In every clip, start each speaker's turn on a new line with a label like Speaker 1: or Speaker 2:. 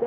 Speaker 1: que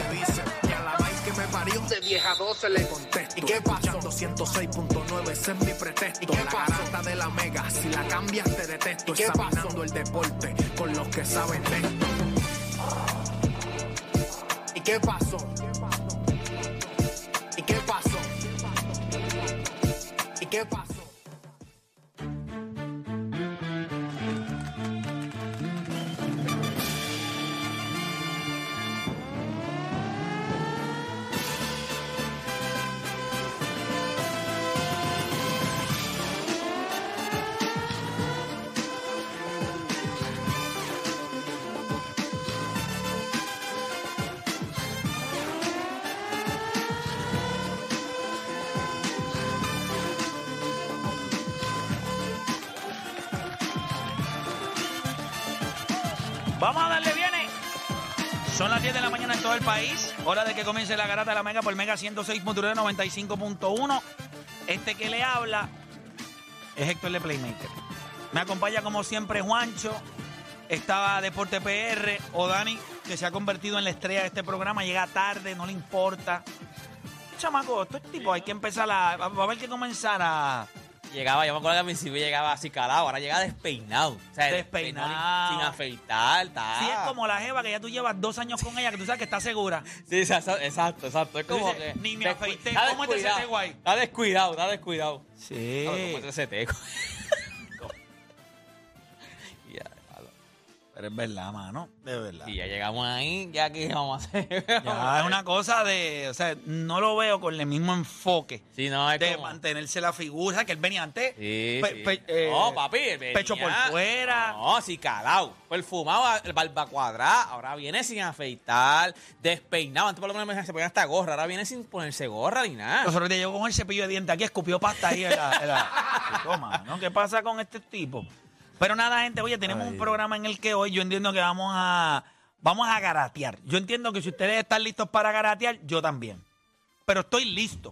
Speaker 2: de bíceps. Y a la vaina que me parió, de 10 a 12 le contesto. ¿Y qué pasó? 206.9, ese es mi pretexto. ¿Y qué la garata de la mega, si la cambias te detesto. Examinando el deporte con los que saben de esto. ¿Y qué pasó? ¿Y qué pasó? ¿Y qué pasó?
Speaker 3: Vamos a darle, viene. Son las 10 de la mañana en todo el país. Hora de que comience la garata de la Mega por Mega 106.95.1. Este que le habla es Héctor de Playmaker. Me acompaña como siempre Juancho. Estaba Deporte PR o Dani, que se ha convertido en la estrella de este programa. Llega tarde, no le importa. Chamaco, estos tipos hay que empezar a... Va a haber que comenzar a...
Speaker 4: Llegaba, yo me acuerdo que al principio llegaba así calado, ahora llega despeinado. O sea,
Speaker 3: Despeinado.
Speaker 4: Sin, sin afeitar,
Speaker 3: Sí,
Speaker 4: tal.
Speaker 3: es como la jeva que ya tú llevas dos años con ella, que tú sabes que está segura.
Speaker 4: Sí, exacto, exacto. exacto. Es
Speaker 3: Tú
Speaker 4: como
Speaker 3: dices,
Speaker 4: que.
Speaker 3: "Ni me
Speaker 4: descu-
Speaker 3: afeité,
Speaker 4: está
Speaker 3: ¿cómo este
Speaker 4: descuidado,
Speaker 3: CT guay?"
Speaker 4: Está descuidado, está descuidado.
Speaker 3: Sí.
Speaker 4: Claro, ¿cómo este CT guay? Ya, malo.
Speaker 3: Pero es verdad, mano. De verdad.
Speaker 4: Y ya llegamos ahí, ya que vamos a hacer.
Speaker 3: Ya
Speaker 4: eh,
Speaker 3: es una cosa de. O sea, no lo veo con el mismo enfoque
Speaker 4: Sí, no, es
Speaker 3: de
Speaker 4: como-
Speaker 3: mantenerse la figura que él venía antes.
Speaker 4: Sí,
Speaker 3: Pe-
Speaker 4: sí.
Speaker 3: pe- eh,
Speaker 4: no, papi. él
Speaker 3: pecho por
Speaker 4: venía-
Speaker 3: fuera.
Speaker 4: No, sí, calado. Perfumado, el barba cuadrada. Ahora viene sin afeitar, despeinado. Antes por lo menos se ponía hasta gorra. Ahora viene sin ponerse gorra ni nada.
Speaker 3: Nosotros te llegó con el cepillo de dientes aquí, escupió pasta ahí. Era, era- Toma, ¿no? ¿Qué pasa con este tipo? Pero nada, gente, oye, tenemos un programa en el que hoy yo entiendo que vamos a vamos a garatear. Yo entiendo que si ustedes están listos para garatear, yo también. Pero estoy listo,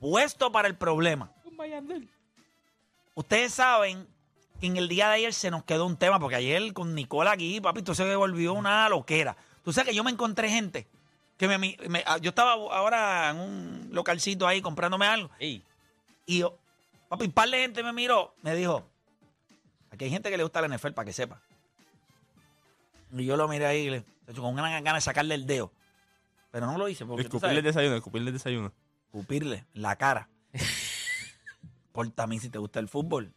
Speaker 3: puesto para el problema. Ustedes saben que en el día de ayer se nos quedó un tema, porque ayer con Nicola aquí, papi, esto se volvió una loquera. Tú sabes que yo me encontré gente que me, me- ah, yo estaba ahora en un localcito ahí comprándome algo
Speaker 4: Ey,
Speaker 3: y yo, papi, un par de gente me miró, me dijo, aquí hay gente que le gusta la NFL para que sepa. Y yo lo miré ahí le- con una gana de sacarle el dedo. Pero no lo hice porque tú
Speaker 5: Escupirle el
Speaker 3: sabes,
Speaker 5: desayuno, escupirle el desayuno.
Speaker 3: escupirle en la cara. Porta a mí si te gusta el fútbol.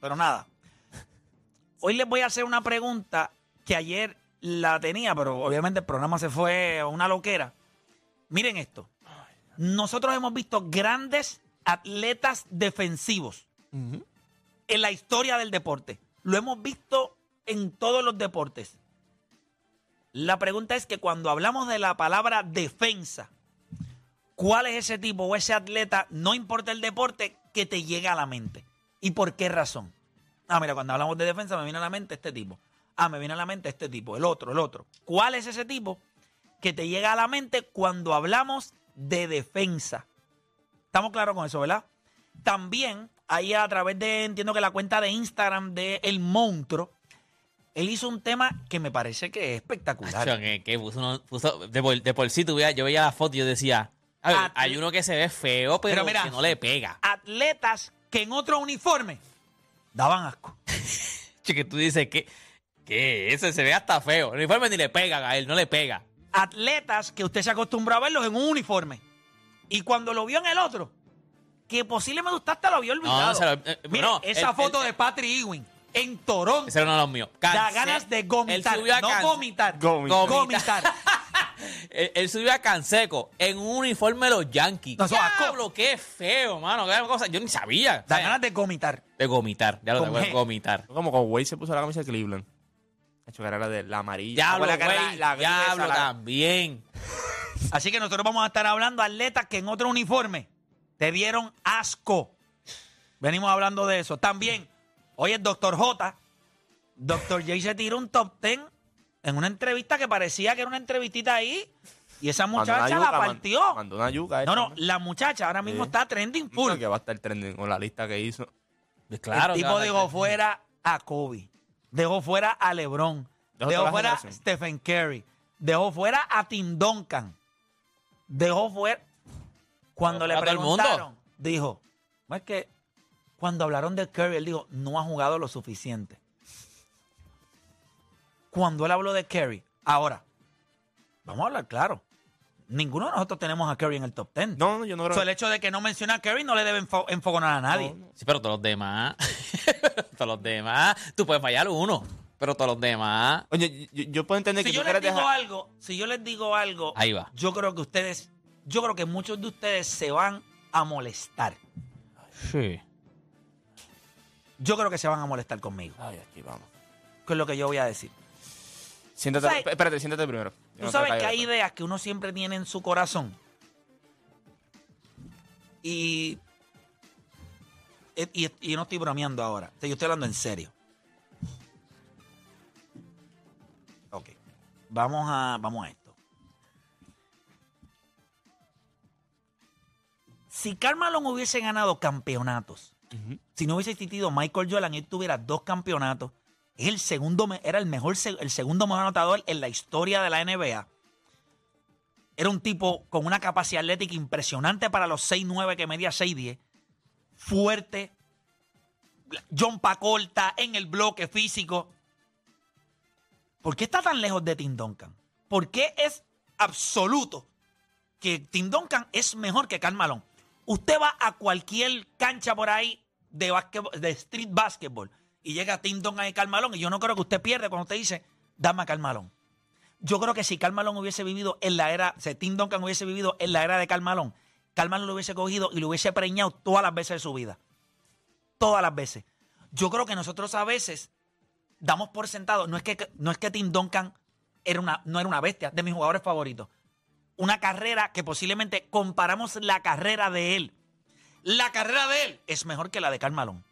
Speaker 3: Pero nada. Hoy les voy a hacer una pregunta que ayer la tenía, pero obviamente el programa se fue a una loquera. Miren esto. Nosotros hemos visto grandes atletas defensivos en la historia del deporte. Lo hemos visto en todos los deportes. La pregunta es que cuando hablamos de la palabra defensa, ¿cuál es ese tipo o ese atleta, no importa el deporte, que te llega a la mente? ¿Y por qué razón? Ah, mira, cuando hablamos de defensa me viene a la mente este tipo. Ah, me viene a la mente este tipo, el otro, el otro. ¿Cuál es ese tipo que te llega a la mente cuando hablamos de defensa? Estamos claros con eso, ¿verdad? También, ahí a través de, entiendo que la cuenta de Instagram de El Monstruo, él hizo un tema que me parece que es
Speaker 4: macho,
Speaker 3: espectacular.
Speaker 4: eh, que, que puso, uno- puso- de, por, de por sí, tú veías- yo veía la foto y yo decía, a ver,
Speaker 3: Ah,
Speaker 4: hay
Speaker 3: tú-
Speaker 4: uno que se ve feo, pero,
Speaker 3: Pero mira.
Speaker 4: que no le pega.
Speaker 3: Atletas que en otro uniforme daban asco.
Speaker 4: Che, que tú dices, ¿qué, qué es? Ese se ve hasta feo. El uniforme ni le pega a él, no le pega.
Speaker 3: atletas que usted se acostumbró a verlos en un uniforme. Y cuando lo vio en el otro, que posiblemente usted hasta lo había olvidado.
Speaker 4: se lo- eh,
Speaker 3: Mire,
Speaker 4: no,
Speaker 3: esa
Speaker 4: el-
Speaker 3: foto
Speaker 4: el-
Speaker 3: de Patrick Ewing en Toronto
Speaker 4: Ese era uno de los míos.
Speaker 3: da
Speaker 4: Canse-
Speaker 3: ganas de
Speaker 4: Él
Speaker 3: gomitar.
Speaker 4: subió a
Speaker 3: No
Speaker 4: Can-
Speaker 3: vomitar.
Speaker 5: Gomitar.
Speaker 3: Gomitar.
Speaker 4: Él, él subió a Canseco en un uniforme de los Yankees.
Speaker 3: No, eso es asco.
Speaker 4: ¡Diablo, qué feo, mano! Qué cosa- Yo ni sabía.
Speaker 3: Da
Speaker 4: O sea,
Speaker 3: ganas de gomitar.
Speaker 4: de vomitar. Ya lo
Speaker 3: Con
Speaker 4: tengo, de
Speaker 3: G.
Speaker 4: vomitar.
Speaker 5: Como con Wade se puso la camisa de Cleveland. La chocara era de la amarilla.
Speaker 4: Diablo,
Speaker 5: Acuérdate que era
Speaker 4: güey.
Speaker 5: la- la gris
Speaker 4: Diablo
Speaker 5: esa, la-
Speaker 4: también.
Speaker 3: Así que nosotros vamos a estar hablando atletas que en otro uniforme te dieron asco. Venimos hablando de eso. También, hoy el Dr. J. Dr. J se tiró un top ten en una entrevista que parecía que era una entrevistita ahí. Y esa
Speaker 5: Mandó una
Speaker 3: muchacha la
Speaker 5: yuca, man-
Speaker 3: partió.
Speaker 5: Mandó una yuca.
Speaker 3: No,
Speaker 5: esa,
Speaker 3: no, la muchacha ahora mismo
Speaker 5: Sí.
Speaker 3: está trending full.
Speaker 5: Puta que va a estar trending con la lista que hizo.
Speaker 4: Claro,
Speaker 3: el tipo
Speaker 4: claro,
Speaker 3: dejó
Speaker 4: claro.
Speaker 3: fuera a Kobe, dejó fuera a LeBron,
Speaker 5: Dejó
Speaker 3: dejó,
Speaker 5: toda la
Speaker 3: fuera a
Speaker 5: generación.
Speaker 3: Stephen Curry, dejó fuera a Tim Duncan, dejó fuera. Cuando
Speaker 4: Dejó
Speaker 3: le
Speaker 4: fuera a todo el mundo.
Speaker 3: preguntaron, dijo: "No, Es que cuando hablaron de Curry, él dijo: No ha jugado lo suficiente. Cuando él habló de Curry, ahora, vamos a hablar claro. Ninguno de nosotros tenemos a Curry en el top 10.
Speaker 5: No, no, yo no creo.
Speaker 3: So, el hecho de que no menciona a Curry no le debe enfo- enfogonar a nadie.
Speaker 4: Sí, pero todos los demás. todos los demás. Tú puedes fallar uno, pero todos los demás.
Speaker 5: Oye, yo, yo puedo entender
Speaker 3: si
Speaker 5: que
Speaker 3: yo
Speaker 5: tú
Speaker 3: les
Speaker 5: quieres
Speaker 3: digo
Speaker 5: dejar.
Speaker 3: algo, si yo les digo algo,
Speaker 4: Ahí va.
Speaker 3: yo creo que ustedes, yo creo que muchos de ustedes se van a molestar.
Speaker 4: Sí.
Speaker 3: Yo creo que se van a molestar conmigo,
Speaker 5: Ay, aquí vamos.
Speaker 3: con lo que yo voy a decir.
Speaker 5: Siéntate,
Speaker 3: ¿Sabes?
Speaker 5: esp- espérate, siéntate primero.
Speaker 3: Tú
Speaker 5: Yo no te
Speaker 3: sabes
Speaker 5: caigo
Speaker 3: que hay
Speaker 5: después.
Speaker 3: ideas que uno siempre tiene en su corazón. Y, eh, y, y no estoy bromeando ahora. Te- Yo estoy hablando en serio. Ok. Vamos a, vamos a esto. Si Karl Malone hubiese ganado campeonatos, si no hubiese existido Michael Jordan, él tuviera dos campeonatos. Es el segundo, me- era el, mejor, se- el segundo mejor anotador en la historia de la NBA. Era un tipo con una capacidad atlética impresionante para los 6'9 que medía 6'10. Fuerte. John Pacolta en el bloque físico. ¿Por qué está tan lejos de Tim Duncan? ¿Por qué es absoluto que Tim Duncan es mejor que Karl Malone? Usted va a cualquier cancha por ahí de, básquetbol- de street basketball y llega Tim Duncan y Karl Malone y yo no creo que usted pierda cuando usted dice, dame a Karl Malone. Yo creo que si Karl Malone hubiese vivido en la era, si Tim Duncan hubiese vivido en la era de Karl Malone, Karl Malone lo hubiese cogido y lo hubiese preñado todas las veces de su vida. Todas las veces. Yo creo que nosotros a veces damos por sentado, no es que, no es que Tim Duncan era una, no era una bestia, de mis jugadores favoritos. Una carrera que posiblemente comparamos la carrera de él. La carrera de él es mejor que la de Karl Malone.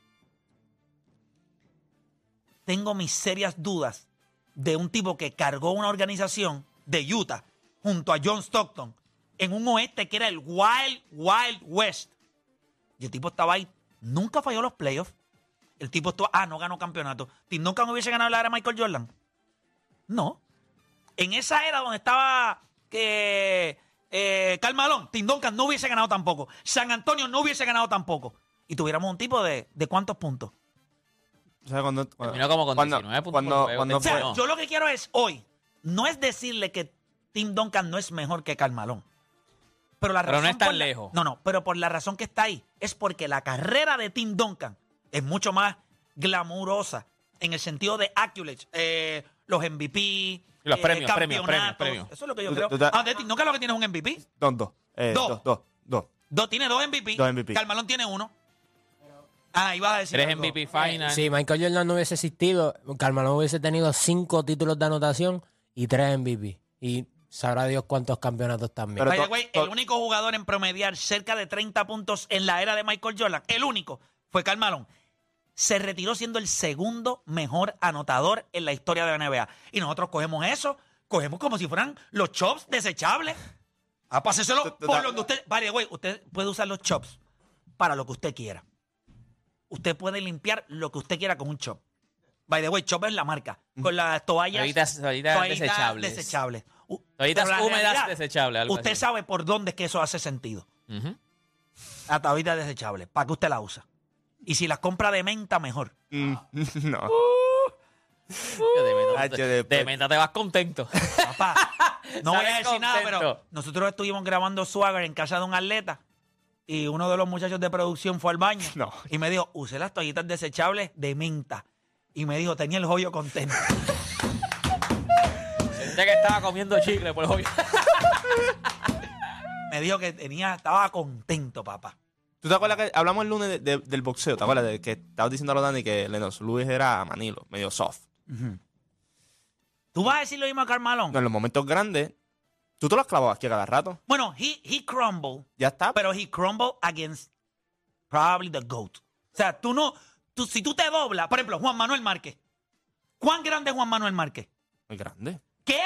Speaker 3: Tengo mis serias dudas de un tipo que cargó una organización de Utah junto a John Stockton en un oeste que era el Wild Wild West. Y el tipo estaba ahí, nunca falló los playoffs. El tipo estuvo, ah, no ganó campeonato. Tim Duncan hubiese ganado la era Michael Jordan. No. En esa era donde estaba que eh, Karl Malone, Tim Duncan no hubiese ganado tampoco. San Antonio no hubiese ganado tampoco. Y tuviéramos un tipo de, de cuántos puntos.
Speaker 5: O sea, cuando, cuando-
Speaker 4: Terminó como con
Speaker 5: cuando,
Speaker 4: 19 puntos
Speaker 5: Cuando,
Speaker 4: por juego,
Speaker 5: cuando
Speaker 3: O sea,
Speaker 4: Bueno.
Speaker 3: yo lo que quiero es hoy, no es decirle que Tim Duncan no es mejor que Karl Malone. Pero, la
Speaker 4: Pero no
Speaker 3: razón
Speaker 4: es tan
Speaker 3: por la-
Speaker 4: lejos.
Speaker 3: No, no, pero por la razón que está ahí es porque la carrera de Tim Duncan es mucho más glamurosa en el sentido de accolades, eh, los MVP,
Speaker 4: los
Speaker 3: eh,
Speaker 4: premios, premios, premios,
Speaker 3: campeonatos.
Speaker 4: premios.
Speaker 3: Eso es lo que yo
Speaker 5: Tú-
Speaker 3: creo.
Speaker 5: tú te-
Speaker 3: Ah, de Tim Duncan lo que tiene es un MVP.
Speaker 5: Don, dos. Eh,
Speaker 3: Dos.
Speaker 5: dos. Dos, dos.
Speaker 3: Dos, tiene dos MVP.
Speaker 5: Dos MVP.
Speaker 3: Karl Malone tiene uno. Ah, ibas a decir
Speaker 4: Tres
Speaker 3: algo.
Speaker 4: MVP final.
Speaker 6: Si Michael Jordan no hubiese existido, Carmelo hubiese tenido cinco títulos de anotación y tres MVP. Y sabrá Dios cuántos campeonatos también.
Speaker 5: Pero
Speaker 3: By the
Speaker 5: to-
Speaker 3: way,
Speaker 5: to-
Speaker 3: el único jugador en promediar cerca de 30 puntos en la era de Michael Jordan, el único, fue Karl Malone. Se retiró siendo el segundo mejor anotador en la historia de la NBA. Y nosotros cogemos eso, cogemos como si fueran los chops desechables. A
Speaker 5: To-
Speaker 3: pasárselo
Speaker 5: to-
Speaker 3: por
Speaker 5: ta-
Speaker 3: donde usted. By the way, usted puede usar los chops para lo que usted quiera. Usted puede limpiar lo que usted quiera con un chop. By the way, chop es la marca. Con las toallas.
Speaker 4: Toallitas- toallitas desechables.
Speaker 3: desechables. U-
Speaker 4: Toallitas
Speaker 3: pero la
Speaker 4: húmedas desechables, algo
Speaker 3: usted
Speaker 4: así.
Speaker 3: sabe por dónde es que eso hace sentido.
Speaker 4: Ujú.
Speaker 3: La tablita desechable, para que usted la usa. Y si las compra de menta, mejor.
Speaker 5: Mm, no.
Speaker 4: Yo de menta-
Speaker 5: Hacho, después-
Speaker 4: de menta te vas contento.
Speaker 3: Papá, No voy a
Speaker 4: Sale
Speaker 3: decir nada, pero
Speaker 4: contento.
Speaker 3: nosotros estuvimos grabando Swagger en casa de un atleta y uno de los muchachos de producción fue al baño
Speaker 5: No.
Speaker 3: y me dijo, usé las toallitas desechables de menta. Y me dijo, tenía el joyo contento.
Speaker 4: Pensé que estaba comiendo chicle, pues, por hoy.
Speaker 3: me dijo que tenía, estaba contento, papá.
Speaker 5: ¿Tú te acuerdas que hablamos el lunes de- de- del boxeo? ¿Te acuerdas de que estabas diciendo a los Dani que Lennox Lewis era manilo, medio soft?
Speaker 3: ¿Tú vas a decir lo mismo a Carmalón?
Speaker 5: No, en los momentos grandes, tú te lo has clavado aquí a cada rato.
Speaker 3: Bueno, he, he crumbled,
Speaker 5: Ya está.
Speaker 3: Ah, pero he crumbled against probably the GOAT. O sea, tú no, tú, si tú te doblas, por ejemplo, Juan Manuel Márquez. ¿Cuán grande es Juan Manuel Márquez?
Speaker 5: Es grande.
Speaker 3: ¿Qué?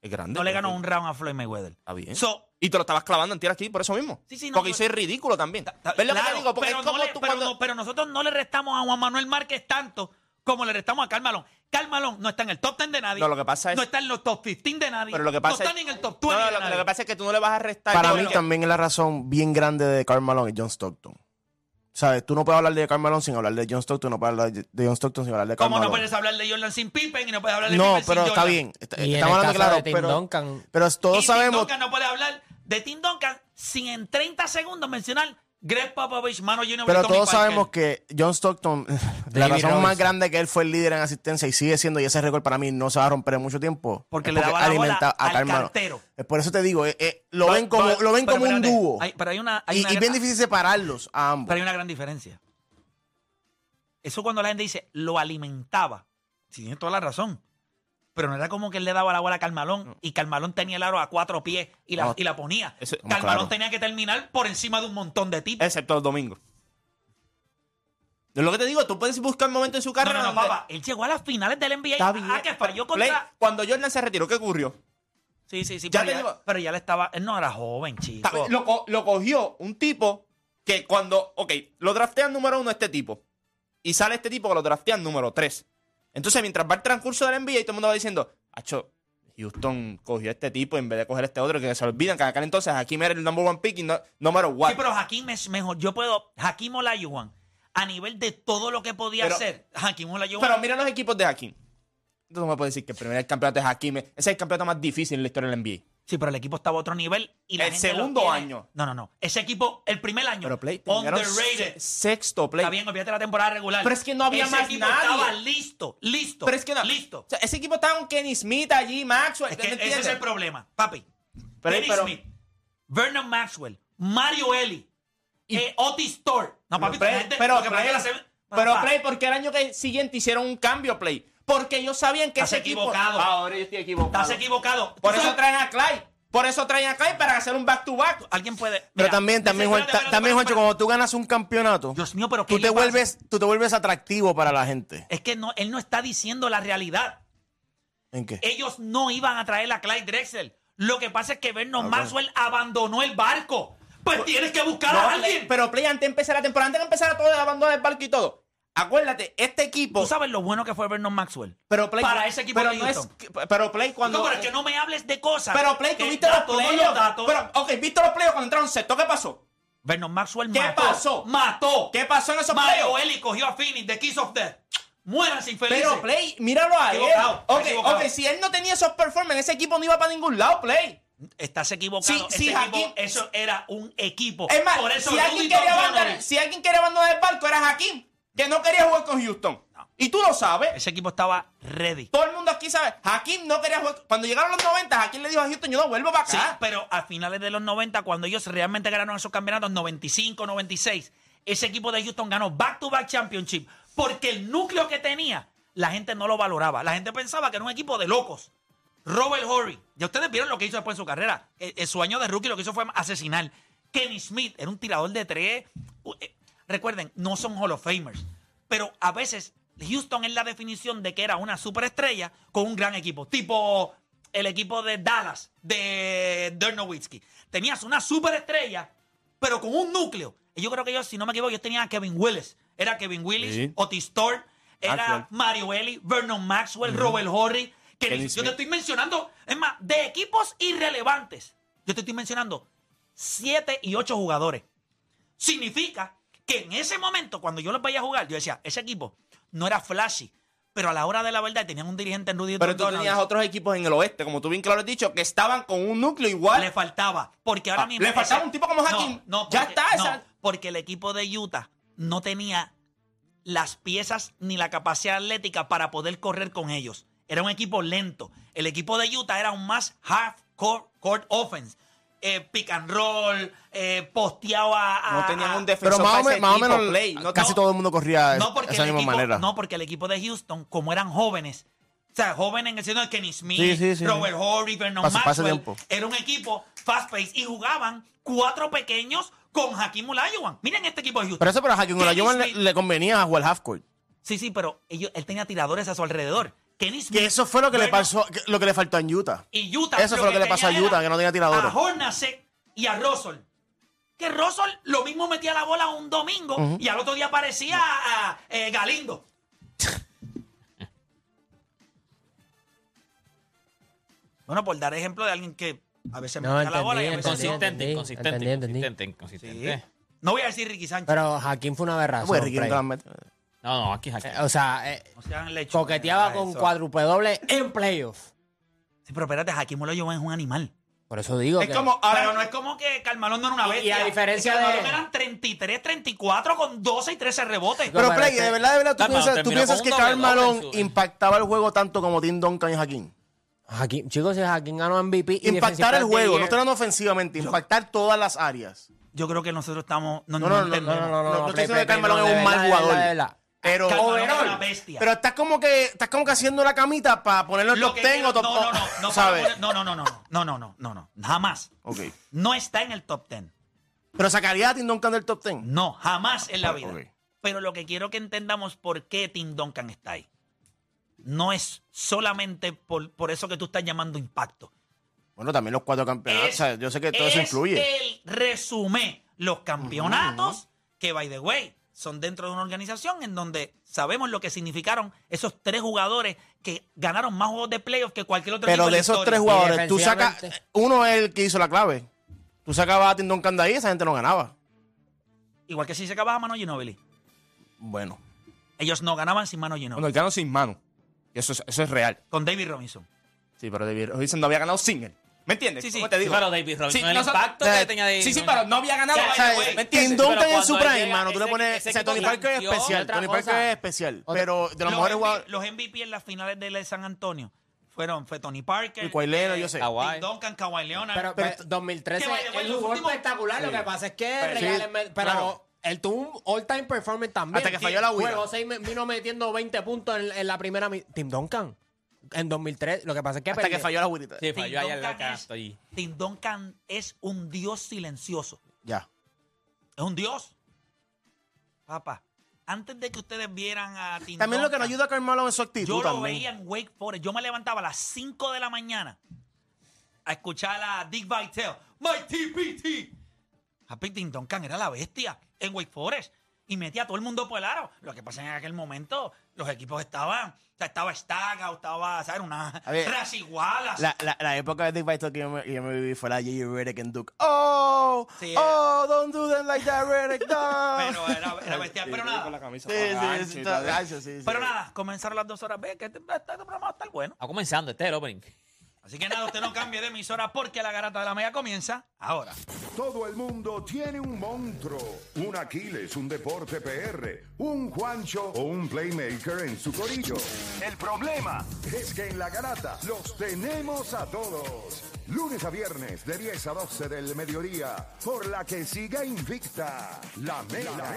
Speaker 5: Es grande.
Speaker 3: No le ganó un round a Floyd Mayweather.
Speaker 5: Está Ah, bien.
Speaker 3: So,
Speaker 5: Y te lo estabas clavando en tierra aquí por eso mismo.
Speaker 3: Sí, sí, no,
Speaker 5: Porque
Speaker 3: yo-
Speaker 5: hice ridículo también.
Speaker 3: Ta-
Speaker 5: ¿Ves lo que
Speaker 3: claro,
Speaker 5: te digo? Porque
Speaker 3: pero,
Speaker 5: es como
Speaker 3: no le-
Speaker 5: tú
Speaker 3: pero
Speaker 5: cuando...
Speaker 3: no- pero nosotros no le restamos a Juan Manuel Márquez tanto como le restamos a Carmalón. Carmalón no está en el top 10 de nadie.
Speaker 5: No, lo que pasa es-
Speaker 3: No está en los top 15 de nadie.
Speaker 5: Pero lo que
Speaker 3: no
Speaker 5: pasa es...
Speaker 3: está ni en el top 20
Speaker 5: No,
Speaker 3: de
Speaker 5: lo,
Speaker 3: nadie.
Speaker 5: lo que pasa es que tú no le vas a restar...
Speaker 7: Para
Speaker 5: todo
Speaker 7: mí
Speaker 5: lo que-
Speaker 7: también es la razón bien grande de Karl Malone y John Stockton. ¿Sabes? Tú no puedes hablar de Karl Malone sin hablar de John Stockton, no puedes hablar de John Stockton sin hablar de Karl
Speaker 3: como no
Speaker 7: Malone.
Speaker 3: puedes hablar de Jordan sin Pippen y no puedes hablar de
Speaker 7: No,
Speaker 3: Pippen
Speaker 7: pero
Speaker 3: sin
Speaker 7: está
Speaker 3: Jordan.
Speaker 7: bien. Está-
Speaker 6: Y en
Speaker 7: estamos
Speaker 6: el
Speaker 7: hablando
Speaker 6: caso
Speaker 7: claro,
Speaker 6: de Tim
Speaker 7: pero,
Speaker 6: Duncan,
Speaker 7: pero
Speaker 3: Y
Speaker 7: todos
Speaker 3: Tim
Speaker 7: sabemos.
Speaker 3: Duncan no puede hablar de Tim Duncan sin en 30 segundos mencionar Greg Popovich, Mano Junior
Speaker 7: Pero todos sabemos que John Stockton, la
Speaker 6: David
Speaker 7: razón más
Speaker 6: Robinson.
Speaker 7: grande que él fue el líder en asistencia y sigue siendo, y ese récord para mí no se va a romper en mucho tiempo.
Speaker 3: Porque
Speaker 7: es
Speaker 3: le daba la bola
Speaker 7: alimenta a
Speaker 3: al
Speaker 7: Karl Malone.
Speaker 3: cartero.
Speaker 7: Eh, Por eso te digo, eh, eh, lo, ven como, lo ven como un dúo.
Speaker 3: pero hay una, hay
Speaker 7: Y,
Speaker 3: una
Speaker 7: y
Speaker 3: gran-
Speaker 7: bien difícil separarlos a ambos.
Speaker 3: Pero hay una gran diferencia. Eso cuando la gente dice lo alimentaba. Si tiene toda la razón. Pero no era como que él le daba la bola a Carmalón y Carmalón tenía el aro a cuatro pies y la,
Speaker 5: No.
Speaker 3: y la ponía.
Speaker 5: Eso-
Speaker 7: como
Speaker 3: Carmalón
Speaker 7: claro.
Speaker 3: tenía que terminar por encima de un montón de tipos.
Speaker 5: Excepto los domingos. Es lo que te digo, tú puedes buscar un momento en su
Speaker 3: no,
Speaker 5: carrera
Speaker 3: no, no,
Speaker 5: donde-
Speaker 3: papá. Él llegó a las finales del NBA.
Speaker 5: Está bien.
Speaker 3: Ah, que falló
Speaker 5: Play,
Speaker 3: contra.
Speaker 5: cuando Jordan se retiró, ¿qué ocurrió?
Speaker 3: Sí, sí, sí.
Speaker 5: Ya
Speaker 3: pero,
Speaker 5: te
Speaker 3: ya,
Speaker 5: digo-
Speaker 3: pero ya le estaba. Él no era joven, chico.
Speaker 5: Ta- Lo, co- lo cogió un tipo que cuando, ok, lo draftean número uno este tipo. Y sale este tipo que lo draftean número tres. Entonces, mientras va el transcurso del NBA, y todo el mundo va diciendo, Acho, Houston cogió a este tipo en vez de coger a este otro, que se olvidan que en aquel entonces aquí era el number one pick y no, no matter what.
Speaker 3: Sí, pero Jaquim es mejor. Yo puedo. Jaquim Olajuwon, a nivel de todo lo que podía
Speaker 5: Pero-
Speaker 3: hacer, Jaquim Olajuwon.
Speaker 5: Pero mira los equipos de Hakim. Tú no me puedes decir que el primer campeonato de Hakim. Ese es el campeonato más difícil en la historia del NBA.
Speaker 3: Sí, pero el equipo estaba a otro nivel. Y la
Speaker 5: El
Speaker 3: gente lo
Speaker 5: segundo
Speaker 3: tiene.
Speaker 5: año.
Speaker 3: No, no, no. Ese equipo, el primer año.
Speaker 5: Pero Play, terminaron
Speaker 3: underrated.
Speaker 5: se- sexto Play.
Speaker 3: Está bien, olvídate la temporada regular.
Speaker 5: Pero es que no había
Speaker 3: Ese
Speaker 5: más
Speaker 3: equipo
Speaker 5: nadie.
Speaker 3: estaba listo, listo.
Speaker 5: Pero es que no.
Speaker 3: Listo.
Speaker 5: O sea, ese equipo estaba con Kenny Smith allí, Maxwell.
Speaker 3: Es que
Speaker 5: ¿me
Speaker 3: ese es
Speaker 5: entiendes?
Speaker 3: el problema, papi.
Speaker 5: Pero-
Speaker 3: Dennis
Speaker 5: pero-
Speaker 3: Smith, Vernon Maxwell, Mario Eli, eh, Otis Thor. No, papi,
Speaker 5: Play,
Speaker 3: la gente-
Speaker 5: pero,
Speaker 3: lo que pasa
Speaker 5: Play,
Speaker 3: es que la se-
Speaker 5: pero
Speaker 3: Papá,
Speaker 5: Play, porque el año que siguiente hicieron un cambio, Play. Porque ellos sabían que
Speaker 3: Estás
Speaker 5: ese equipo.
Speaker 3: equivocado.
Speaker 5: Ah, Ahora yo estoy equivocado.
Speaker 3: Estás equivocado.
Speaker 5: Por
Speaker 3: Tú
Speaker 5: eso
Speaker 3: sabes-
Speaker 5: traen a Clay. Por eso traen a Clay para hacer un back to back.
Speaker 3: Alguien puede.
Speaker 7: Pero
Speaker 3: Mira,
Speaker 7: también, también,
Speaker 3: dice,
Speaker 7: Juan-
Speaker 3: espérate,
Speaker 7: ta-
Speaker 3: espérate,
Speaker 7: también, Juancho,
Speaker 3: espérate,
Speaker 7: cuando tú ganas un campeonato,
Speaker 3: espérate. Dios mío, pero ¿qué
Speaker 7: tú
Speaker 3: le
Speaker 7: te,
Speaker 3: pasa?
Speaker 7: vuelves, tú te vuelves atractivo para la gente.
Speaker 3: Es que no, él no está diciendo la realidad.
Speaker 7: ¿En qué?
Speaker 3: ellos no iban a traer a Clyde Drexel. Lo que pasa es que
Speaker 5: Ah,
Speaker 3: Vernon Maxwell abandonó el barco. Pues tienes que buscar
Speaker 5: No,
Speaker 3: a
Speaker 5: Play,
Speaker 3: alguien.
Speaker 5: pero Play, antes de empezar la temporada, antes de empezar todo, abandonar el barco y todo. Acuérdate, este equipo.
Speaker 3: Tú sabes lo bueno que fue Vernon Maxwell.
Speaker 5: Pero Play,
Speaker 3: para ese equipo
Speaker 5: pero
Speaker 3: de
Speaker 5: no es,
Speaker 3: Houston.
Speaker 5: Pero Play, cuando.
Speaker 3: no, pero es que no me hables de cosas.
Speaker 5: Pero Play,
Speaker 3: que
Speaker 5: tuviste
Speaker 3: da
Speaker 5: los
Speaker 3: todos
Speaker 5: playoffs.
Speaker 3: los datos.
Speaker 5: Pero, ok, viste los playoffs cuando entraron sexto. ¿Qué pasó?
Speaker 3: Vernon Maxwell
Speaker 5: ¿Qué
Speaker 3: mató.
Speaker 5: pasó?
Speaker 3: Mató.
Speaker 5: ¿Qué pasó en esos
Speaker 3: Mario
Speaker 5: playoffs?
Speaker 3: Eli cogió a Phoenix de Kiss of Death. Mueran sin felices.
Speaker 5: Pero Play, míralo a él.
Speaker 3: Equivocado,
Speaker 5: Ok,
Speaker 3: equivocado.
Speaker 5: ok, si él no tenía esos performances, ese equipo no iba para ningún lado, Play.
Speaker 3: Estás
Speaker 5: Sí,
Speaker 3: equivocado.
Speaker 5: sí,
Speaker 3: Ese equipo-
Speaker 5: Hakim-
Speaker 3: eso era un equipo.
Speaker 5: Es más,
Speaker 3: Por eso
Speaker 5: si,
Speaker 3: Rudy
Speaker 5: alguien quería abandonar,
Speaker 3: Tomjanovich-
Speaker 5: si alguien quería abandonar el barco era Hakim, que no quería jugar con Houston. Y tú lo sabes.
Speaker 3: Ese equipo estaba ready.
Speaker 5: Todo el mundo aquí sabe. Hakim no quería jugar. Cuando llegaron los 90, Hakim le dijo a Houston, yo no vuelvo para
Speaker 3: Sí,
Speaker 5: acá.
Speaker 3: pero a finales de los 90, cuando ellos realmente ganaron esos campeonatos, 95, 96, ese equipo de Houston ganó back-to-back championship porque el núcleo que tenía, la gente no lo valoraba. La gente pensaba que era un equipo de locos. Robert Horry, ya ustedes vieron lo que hizo después en su carrera. Eh, eh, su año de rookie lo que hizo fue asesinar. Kenny Smith era un tirador de tres. Uh, eh, Recuerden, no son Hall of Famers, pero a veces Houston es la definición de que era una superestrella con un gran equipo, tipo el equipo de Dallas, de Dirk Nowitzki. Tenías una superestrella, pero con un núcleo. Y Yo creo que ellos, si no me equivoco, ellos tenían a Kevin Willis. Era Kevin Willis,
Speaker 5: Sí.
Speaker 3: Otis Thorpe, era
Speaker 5: Maxwell.
Speaker 3: Mario Eli, Vernon Maxwell, Robert Horry, que
Speaker 5: Kenny
Speaker 3: ni- yo te
Speaker 5: Smith.
Speaker 3: estoy mencionando, es más, de equipos irrelevantes, yo te estoy mencionando siete y ocho jugadores. Significa que en ese momento, cuando yo los veía jugar, yo decía, ese equipo no era flashy, Pero a la hora de la verdad tenían un dirigente en Rudy
Speaker 5: Pero tú
Speaker 3: Donald,
Speaker 5: tenías otros equipos en el oeste, como tú bien claro has dicho, que estaban con un núcleo igual.
Speaker 3: Le faltaba. Porque ahora
Speaker 5: Ah,
Speaker 3: mismo.
Speaker 5: le faltaba
Speaker 3: ese-
Speaker 5: un tipo como Hakim.
Speaker 3: No, no,
Speaker 5: Ya
Speaker 3: porque-
Speaker 5: está,
Speaker 3: no,
Speaker 5: esa-
Speaker 3: porque el equipo de Utah no tenía las piezas ni la capacidad atlética para poder correr con ellos. Era un equipo lento. El equipo de Utah era un más half court, court offense. Eh, pick and roll, eh, posteaba a-
Speaker 5: no tenían
Speaker 3: a-
Speaker 5: un
Speaker 7: Pero
Speaker 5: defensor
Speaker 7: más o,
Speaker 5: para
Speaker 7: me-
Speaker 5: ese
Speaker 7: más o
Speaker 5: tipo,
Speaker 7: menos
Speaker 5: play. No,
Speaker 7: casi
Speaker 5: no,
Speaker 7: todo el mundo corría
Speaker 3: no
Speaker 7: de
Speaker 3: porque,
Speaker 7: esa
Speaker 3: el
Speaker 7: misma
Speaker 3: equipo,
Speaker 7: manera.
Speaker 3: no, porque el equipo de Houston, como eran jóvenes, o sea, jóvenes en el sentido de Kenny Smith,
Speaker 7: Sí, sí, sí.
Speaker 3: Robert Horry, Vernon
Speaker 7: Pasa- pasa
Speaker 3: Maxwell,
Speaker 7: tiempo.
Speaker 3: era un equipo fast pace y jugaban cuatro pequeños con Hakim Olajuwon. Miren este equipo de Houston.
Speaker 7: Pero eso, pero a Hakim
Speaker 3: Kenny
Speaker 7: Olajuwon le,
Speaker 3: Smith-
Speaker 7: le convenía jugar half court.
Speaker 3: Sí, sí, pero ellos, él tenía tiradores a su alrededor. Kenny Smith.
Speaker 7: Que eso fue lo que le
Speaker 3: Vernon-
Speaker 7: pasó, que- lo que le faltó en Utah.
Speaker 3: Y Utah.
Speaker 7: Eso fue lo que le pasó a
Speaker 3: tenía
Speaker 7: Utah,
Speaker 3: era
Speaker 7: que no tenía tiradores.
Speaker 3: A Hornacek y a Russell. Que Russell lo mismo metía la bola un domingo y al otro día aparecía a, a, eh, Galindo. bueno, por dar ejemplo de alguien que a veces
Speaker 6: No,
Speaker 3: metía la bola y a
Speaker 6: entendí,
Speaker 3: veces no.
Speaker 6: entendí.
Speaker 4: Inconsistente, inconsistente,
Speaker 6: entendí, entendí.
Speaker 4: inconsistente, inconsistente.
Speaker 3: No voy a decir Ricky Sánchez.
Speaker 6: Pero Hakim fue una aberración.
Speaker 7: Pues, Ricky no
Speaker 6: Frey.
Speaker 7: te la mete.
Speaker 4: No, no, aquí, aquí.
Speaker 6: Eh, o sea, eh,
Speaker 3: no sean lechones,
Speaker 6: coqueteaba
Speaker 3: ¿verdad?
Speaker 6: con
Speaker 3: Eso.
Speaker 6: cuádruple doble en playoff.
Speaker 3: Sí, pero espérate, Hakim Olajuwon es un animal.
Speaker 6: Por eso digo
Speaker 5: Es
Speaker 6: que...
Speaker 5: como ahora
Speaker 3: pero no es como que Carmalón no era una
Speaker 6: Y- y
Speaker 3: bestia.
Speaker 6: a diferencia
Speaker 3: Es que
Speaker 6: de-
Speaker 3: Carmalón eran 33, 34 con 12 y 13 rebotes.
Speaker 6: Pero-
Speaker 7: Pero,
Speaker 6: parece-
Speaker 7: Play, de verdad, de verdad, ¿tú
Speaker 4: Calma,
Speaker 7: piensas,
Speaker 4: terminó
Speaker 7: tú piensas
Speaker 4: con
Speaker 7: que
Speaker 4: un
Speaker 7: Karl
Speaker 4: doble doble en
Speaker 7: Malone
Speaker 4: su-
Speaker 7: impactaba el juego tanto como Tim Duncan y Hakim?
Speaker 6: Hakim, chicos, si Hakim ganó MVP y
Speaker 7: Impactar
Speaker 6: Defensive
Speaker 7: el juego, no
Speaker 6: Player
Speaker 7: estoy hablando ofensivamente, impactar todas las áreas.
Speaker 3: Yo creo que nosotros estamos. No,
Speaker 7: No,
Speaker 3: no,
Speaker 7: no, no,
Speaker 3: entendemos.
Speaker 7: no, no, no, no, estoy
Speaker 6: Play,
Speaker 7: diciendo que Karl
Speaker 6: Play,
Speaker 7: Malone
Speaker 6: no,
Speaker 7: es
Speaker 6: de
Speaker 7: un mal
Speaker 6: verdad, de verdad,
Speaker 7: jugador.
Speaker 6: de verdad.
Speaker 7: Pero,
Speaker 3: Karl Malone era
Speaker 7: overall,
Speaker 3: una bestia.
Speaker 7: pero estás como que estás como que haciendo la camita para ponerlo en
Speaker 3: Lo
Speaker 7: top
Speaker 3: que
Speaker 7: 10 o
Speaker 3: quiero-
Speaker 7: top
Speaker 3: no, no, no, no,
Speaker 7: ¿sabes?
Speaker 3: no, no, no, no, no, no, no, no, no, jamás.
Speaker 7: Ok.
Speaker 3: No está en el top 10.
Speaker 7: Pero sacaría a Tim Duncan del top 10.
Speaker 3: No, jamás en la vida.
Speaker 7: Ok.
Speaker 3: Pero lo que quiero que entendamos por qué Tim Duncan está ahí. No es solamente por, por eso que tú estás llamando impacto.
Speaker 7: Bueno, también los cuatro campeonatos.
Speaker 3: Es-
Speaker 7: ¿sabes? Yo sé que todo eso
Speaker 3: es
Speaker 7: influye.
Speaker 3: el resumen. Los campeonatos que, by the way, son dentro de una organización en donde sabemos lo que significaron esos tres jugadores que ganaron más juegos de playoffs que cualquier otro equipo
Speaker 7: Pero
Speaker 3: en la
Speaker 7: de esos
Speaker 3: historia.
Speaker 7: tres jugadores, tú sacas.
Speaker 6: defensivamente.
Speaker 7: Uno es el que hizo la clave. Tú sacabas a Tim Duncan de ahí, esa gente no ganaba.
Speaker 3: Igual que si se acababa Mano Ginobili.
Speaker 7: Bueno.
Speaker 3: Ellos no ganaban sin Mano Ginobili.
Speaker 5: Bueno, ganó sin mano. Y Eso es, eso es real.
Speaker 3: Con David Robinson.
Speaker 5: Sí, pero David Robinson no había ganado sin él. ¿Me entiendes?
Speaker 3: Sí, sí.
Speaker 5: ¿Cómo te
Speaker 4: Sí,
Speaker 5: digo?
Speaker 4: pero David Robinson, el
Speaker 5: nosotros- eh,
Speaker 4: impacto que tenía David
Speaker 5: Sí, sí,
Speaker 4: Robinson.
Speaker 5: pero no había ganado.
Speaker 4: Ya,
Speaker 5: by
Speaker 7: O sea,
Speaker 5: the way, ¿Me
Speaker 7: Tim
Speaker 5: entiendes?
Speaker 4: Pero
Speaker 7: Duncan en
Speaker 4: cuando
Speaker 7: su
Speaker 4: él
Speaker 7: prime,
Speaker 4: llega,
Speaker 7: mano. Tú le
Speaker 4: ese-
Speaker 7: pones.
Speaker 4: ese
Speaker 7: O sea, Tony
Speaker 4: equipo
Speaker 7: Parker es
Speaker 4: campeón,
Speaker 7: especial.
Speaker 6: otra
Speaker 7: Tony
Speaker 6: cosa.
Speaker 7: Parker es especial.
Speaker 6: Otra-
Speaker 7: Pero de los
Speaker 3: Los,
Speaker 7: mejores
Speaker 3: MVP
Speaker 7: jugadores.
Speaker 3: los MVP en las finales de la de San Antonio fueron fue Tony Parker,
Speaker 7: Y Kawhi Leonard, yo sé.
Speaker 4: Kawhi.
Speaker 3: Tim Duncan, Kawhi Leonard.
Speaker 7: Pero
Speaker 6: Pero, pues, pero
Speaker 7: esto-
Speaker 6: 2013
Speaker 3: que by the way,
Speaker 6: él
Speaker 3: los
Speaker 6: jugó
Speaker 3: últimos-
Speaker 6: espectacular. Lo que pasa es que
Speaker 7: Pero sí,
Speaker 6: regálenme- pero
Speaker 7: claro.
Speaker 6: él tuvo un all-time performance también.
Speaker 7: Hasta que falló la huida.
Speaker 6: Juego seis, me- vino metiendo 20 puntos en, en la primera. mi- Tim Duncan. En 2003. Lo que pasa es que.
Speaker 7: Hasta que
Speaker 6: perdió.
Speaker 7: falló la güerita.
Speaker 4: Sí,
Speaker 3: Tim
Speaker 4: falló ahí al
Speaker 3: Duncan es-
Speaker 4: canasto allí.
Speaker 3: Tim Duncan es un dios silencioso.
Speaker 7: Ya.
Speaker 3: Es un dios. Papá, antes de que ustedes vieran a Tim
Speaker 7: También lo que nos
Speaker 3: Duncan,
Speaker 7: ayuda a Karl Malone es su actitud.
Speaker 3: Yo lo
Speaker 7: también.
Speaker 3: veía en Wake Forest. Yo me levantaba a las 5 de la mañana a escuchar a Dick Vitale. My TPT. Happy Tim Duncan era la bestia en Wake Forest. Y metía a todo el mundo por el aro. Lo que pasa es que en aquel momento los equipos estaban. O sea, estaba Staga, estaba, ¿sabes? Una.
Speaker 7: A ver,
Speaker 3: Rashi Wallace.
Speaker 7: La, la, la época de Dick Vitale que yo me, que yo me viví fue la de J.J. Redick en Duke. ¡Oh!
Speaker 3: Sí.
Speaker 7: ¡Oh! ¡Don't do them like that, Redick! No.
Speaker 3: Pero era, era bestia. Pero
Speaker 5: Con la
Speaker 3: nada.
Speaker 5: camisa
Speaker 7: Sí,
Speaker 5: para
Speaker 7: sí,
Speaker 5: gancho
Speaker 7: sí,
Speaker 5: y
Speaker 7: está-
Speaker 5: tal.
Speaker 7: gancho, sí, sí.
Speaker 3: Pero nada, comenzaron las dos horas. Ve que este, este programa va a estar bueno.
Speaker 4: Ah, comenzando, este es el opening.
Speaker 3: Así que nada, usted no cambie de emisora porque la garata de la media comienza ahora.
Speaker 8: Todo el mundo tiene un monstruo, un Aquiles, un deporte PR, un Juancho o un playmaker en su corillo. El problema es que en la garata los tenemos a todos. Lunes a viernes de 10 a 12 del mediodía, por la que siga invicta la mela.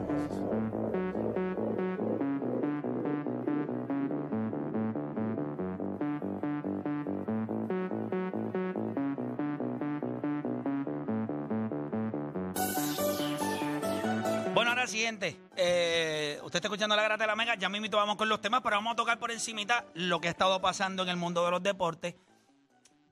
Speaker 3: Bueno, ahora siguiente. Eh, usted está escuchando la Grata de la Mega. Ya mismito vamos con los temas, pero vamos a tocar por encimita lo que ha estado pasando en el mundo de los deportes.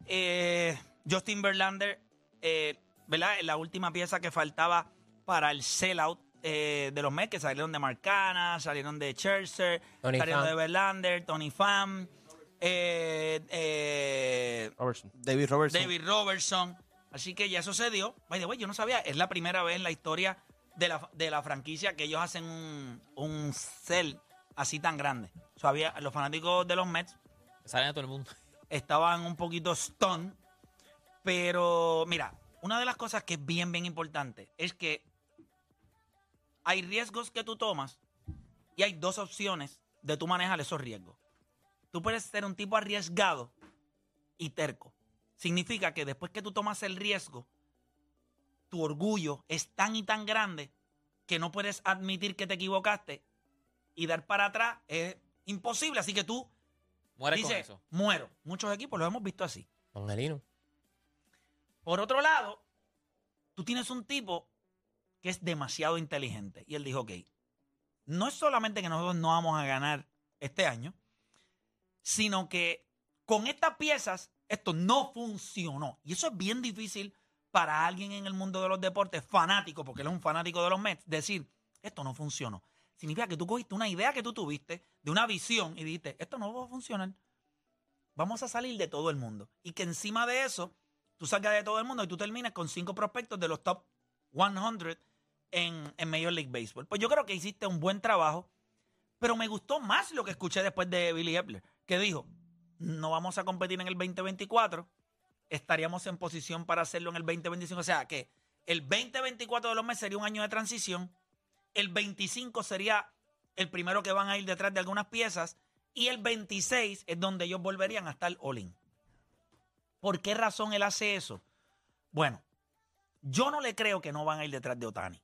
Speaker 3: Eh, Justin Verlander, eh, ¿verdad? La última pieza que faltaba para el sellout eh, de los Mets que salieron de Marcana, salieron de Scherzer,
Speaker 6: Tony
Speaker 3: salieron
Speaker 6: Pham.
Speaker 3: de Verlander, Tony Pham, eh, eh,
Speaker 7: Robertson. David Robertson.
Speaker 3: David Robertson. Así que ya eso se dio. By the way, yo no sabía, es la primera vez en la historia de la, de la franquicia que ellos hacen un, un sell así tan grande. O sea, había- los fanáticos de los Mets
Speaker 4: Salen a todo el mundo.
Speaker 3: estaban un poquito stunned. Pero mira, una de las cosas que es bien, bien importante es que hay riesgos que tú tomas y hay dos opciones de tú manejar esos riesgos. Tú puedes ser un tipo arriesgado y terco. Significa que después que tú tomas el riesgo, tu orgullo es tan y tan grande que no puedes admitir que te equivocaste y dar para atrás es imposible. Así que tú
Speaker 4: Mueres con
Speaker 3: dice,
Speaker 4: eso.
Speaker 3: muero. Muchos equipos lo hemos visto así.
Speaker 6: Angelino.
Speaker 3: Por otro lado, tú tienes un tipo que es demasiado inteligente. Y él dijo, ok, no es solamente que nosotros no vamos a ganar este año, sino que con estas piezas esto no funcionó. Y eso es bien difícil para alguien en el mundo de los deportes fanático, porque él es un fanático de los Mets, decir, esto no funcionó. Significa que tú cogiste una idea que tú tuviste, de una visión, y dijiste, esto no va a funcionar. Vamos a salir de todo el mundo. Y que encima de eso, tú salgas de todo el mundo y tú terminas con cinco prospectos de los top 100 en, en Major League Baseball. Pues yo creo que hiciste un buen trabajo, pero me gustó más lo que escuché después de Billy Epler, que dijo, no vamos a competir en el 2024, estaríamos en posición para hacerlo en el 2025. O sea que el 2024 de los meses sería un año de transición, el 25 sería el primero que van a ir detrás de algunas piezas y el 26 es donde ellos volverían a estar all-in. ¿Por qué razón él hace eso? Bueno, yo no le creo que no van a ir detrás de Otani.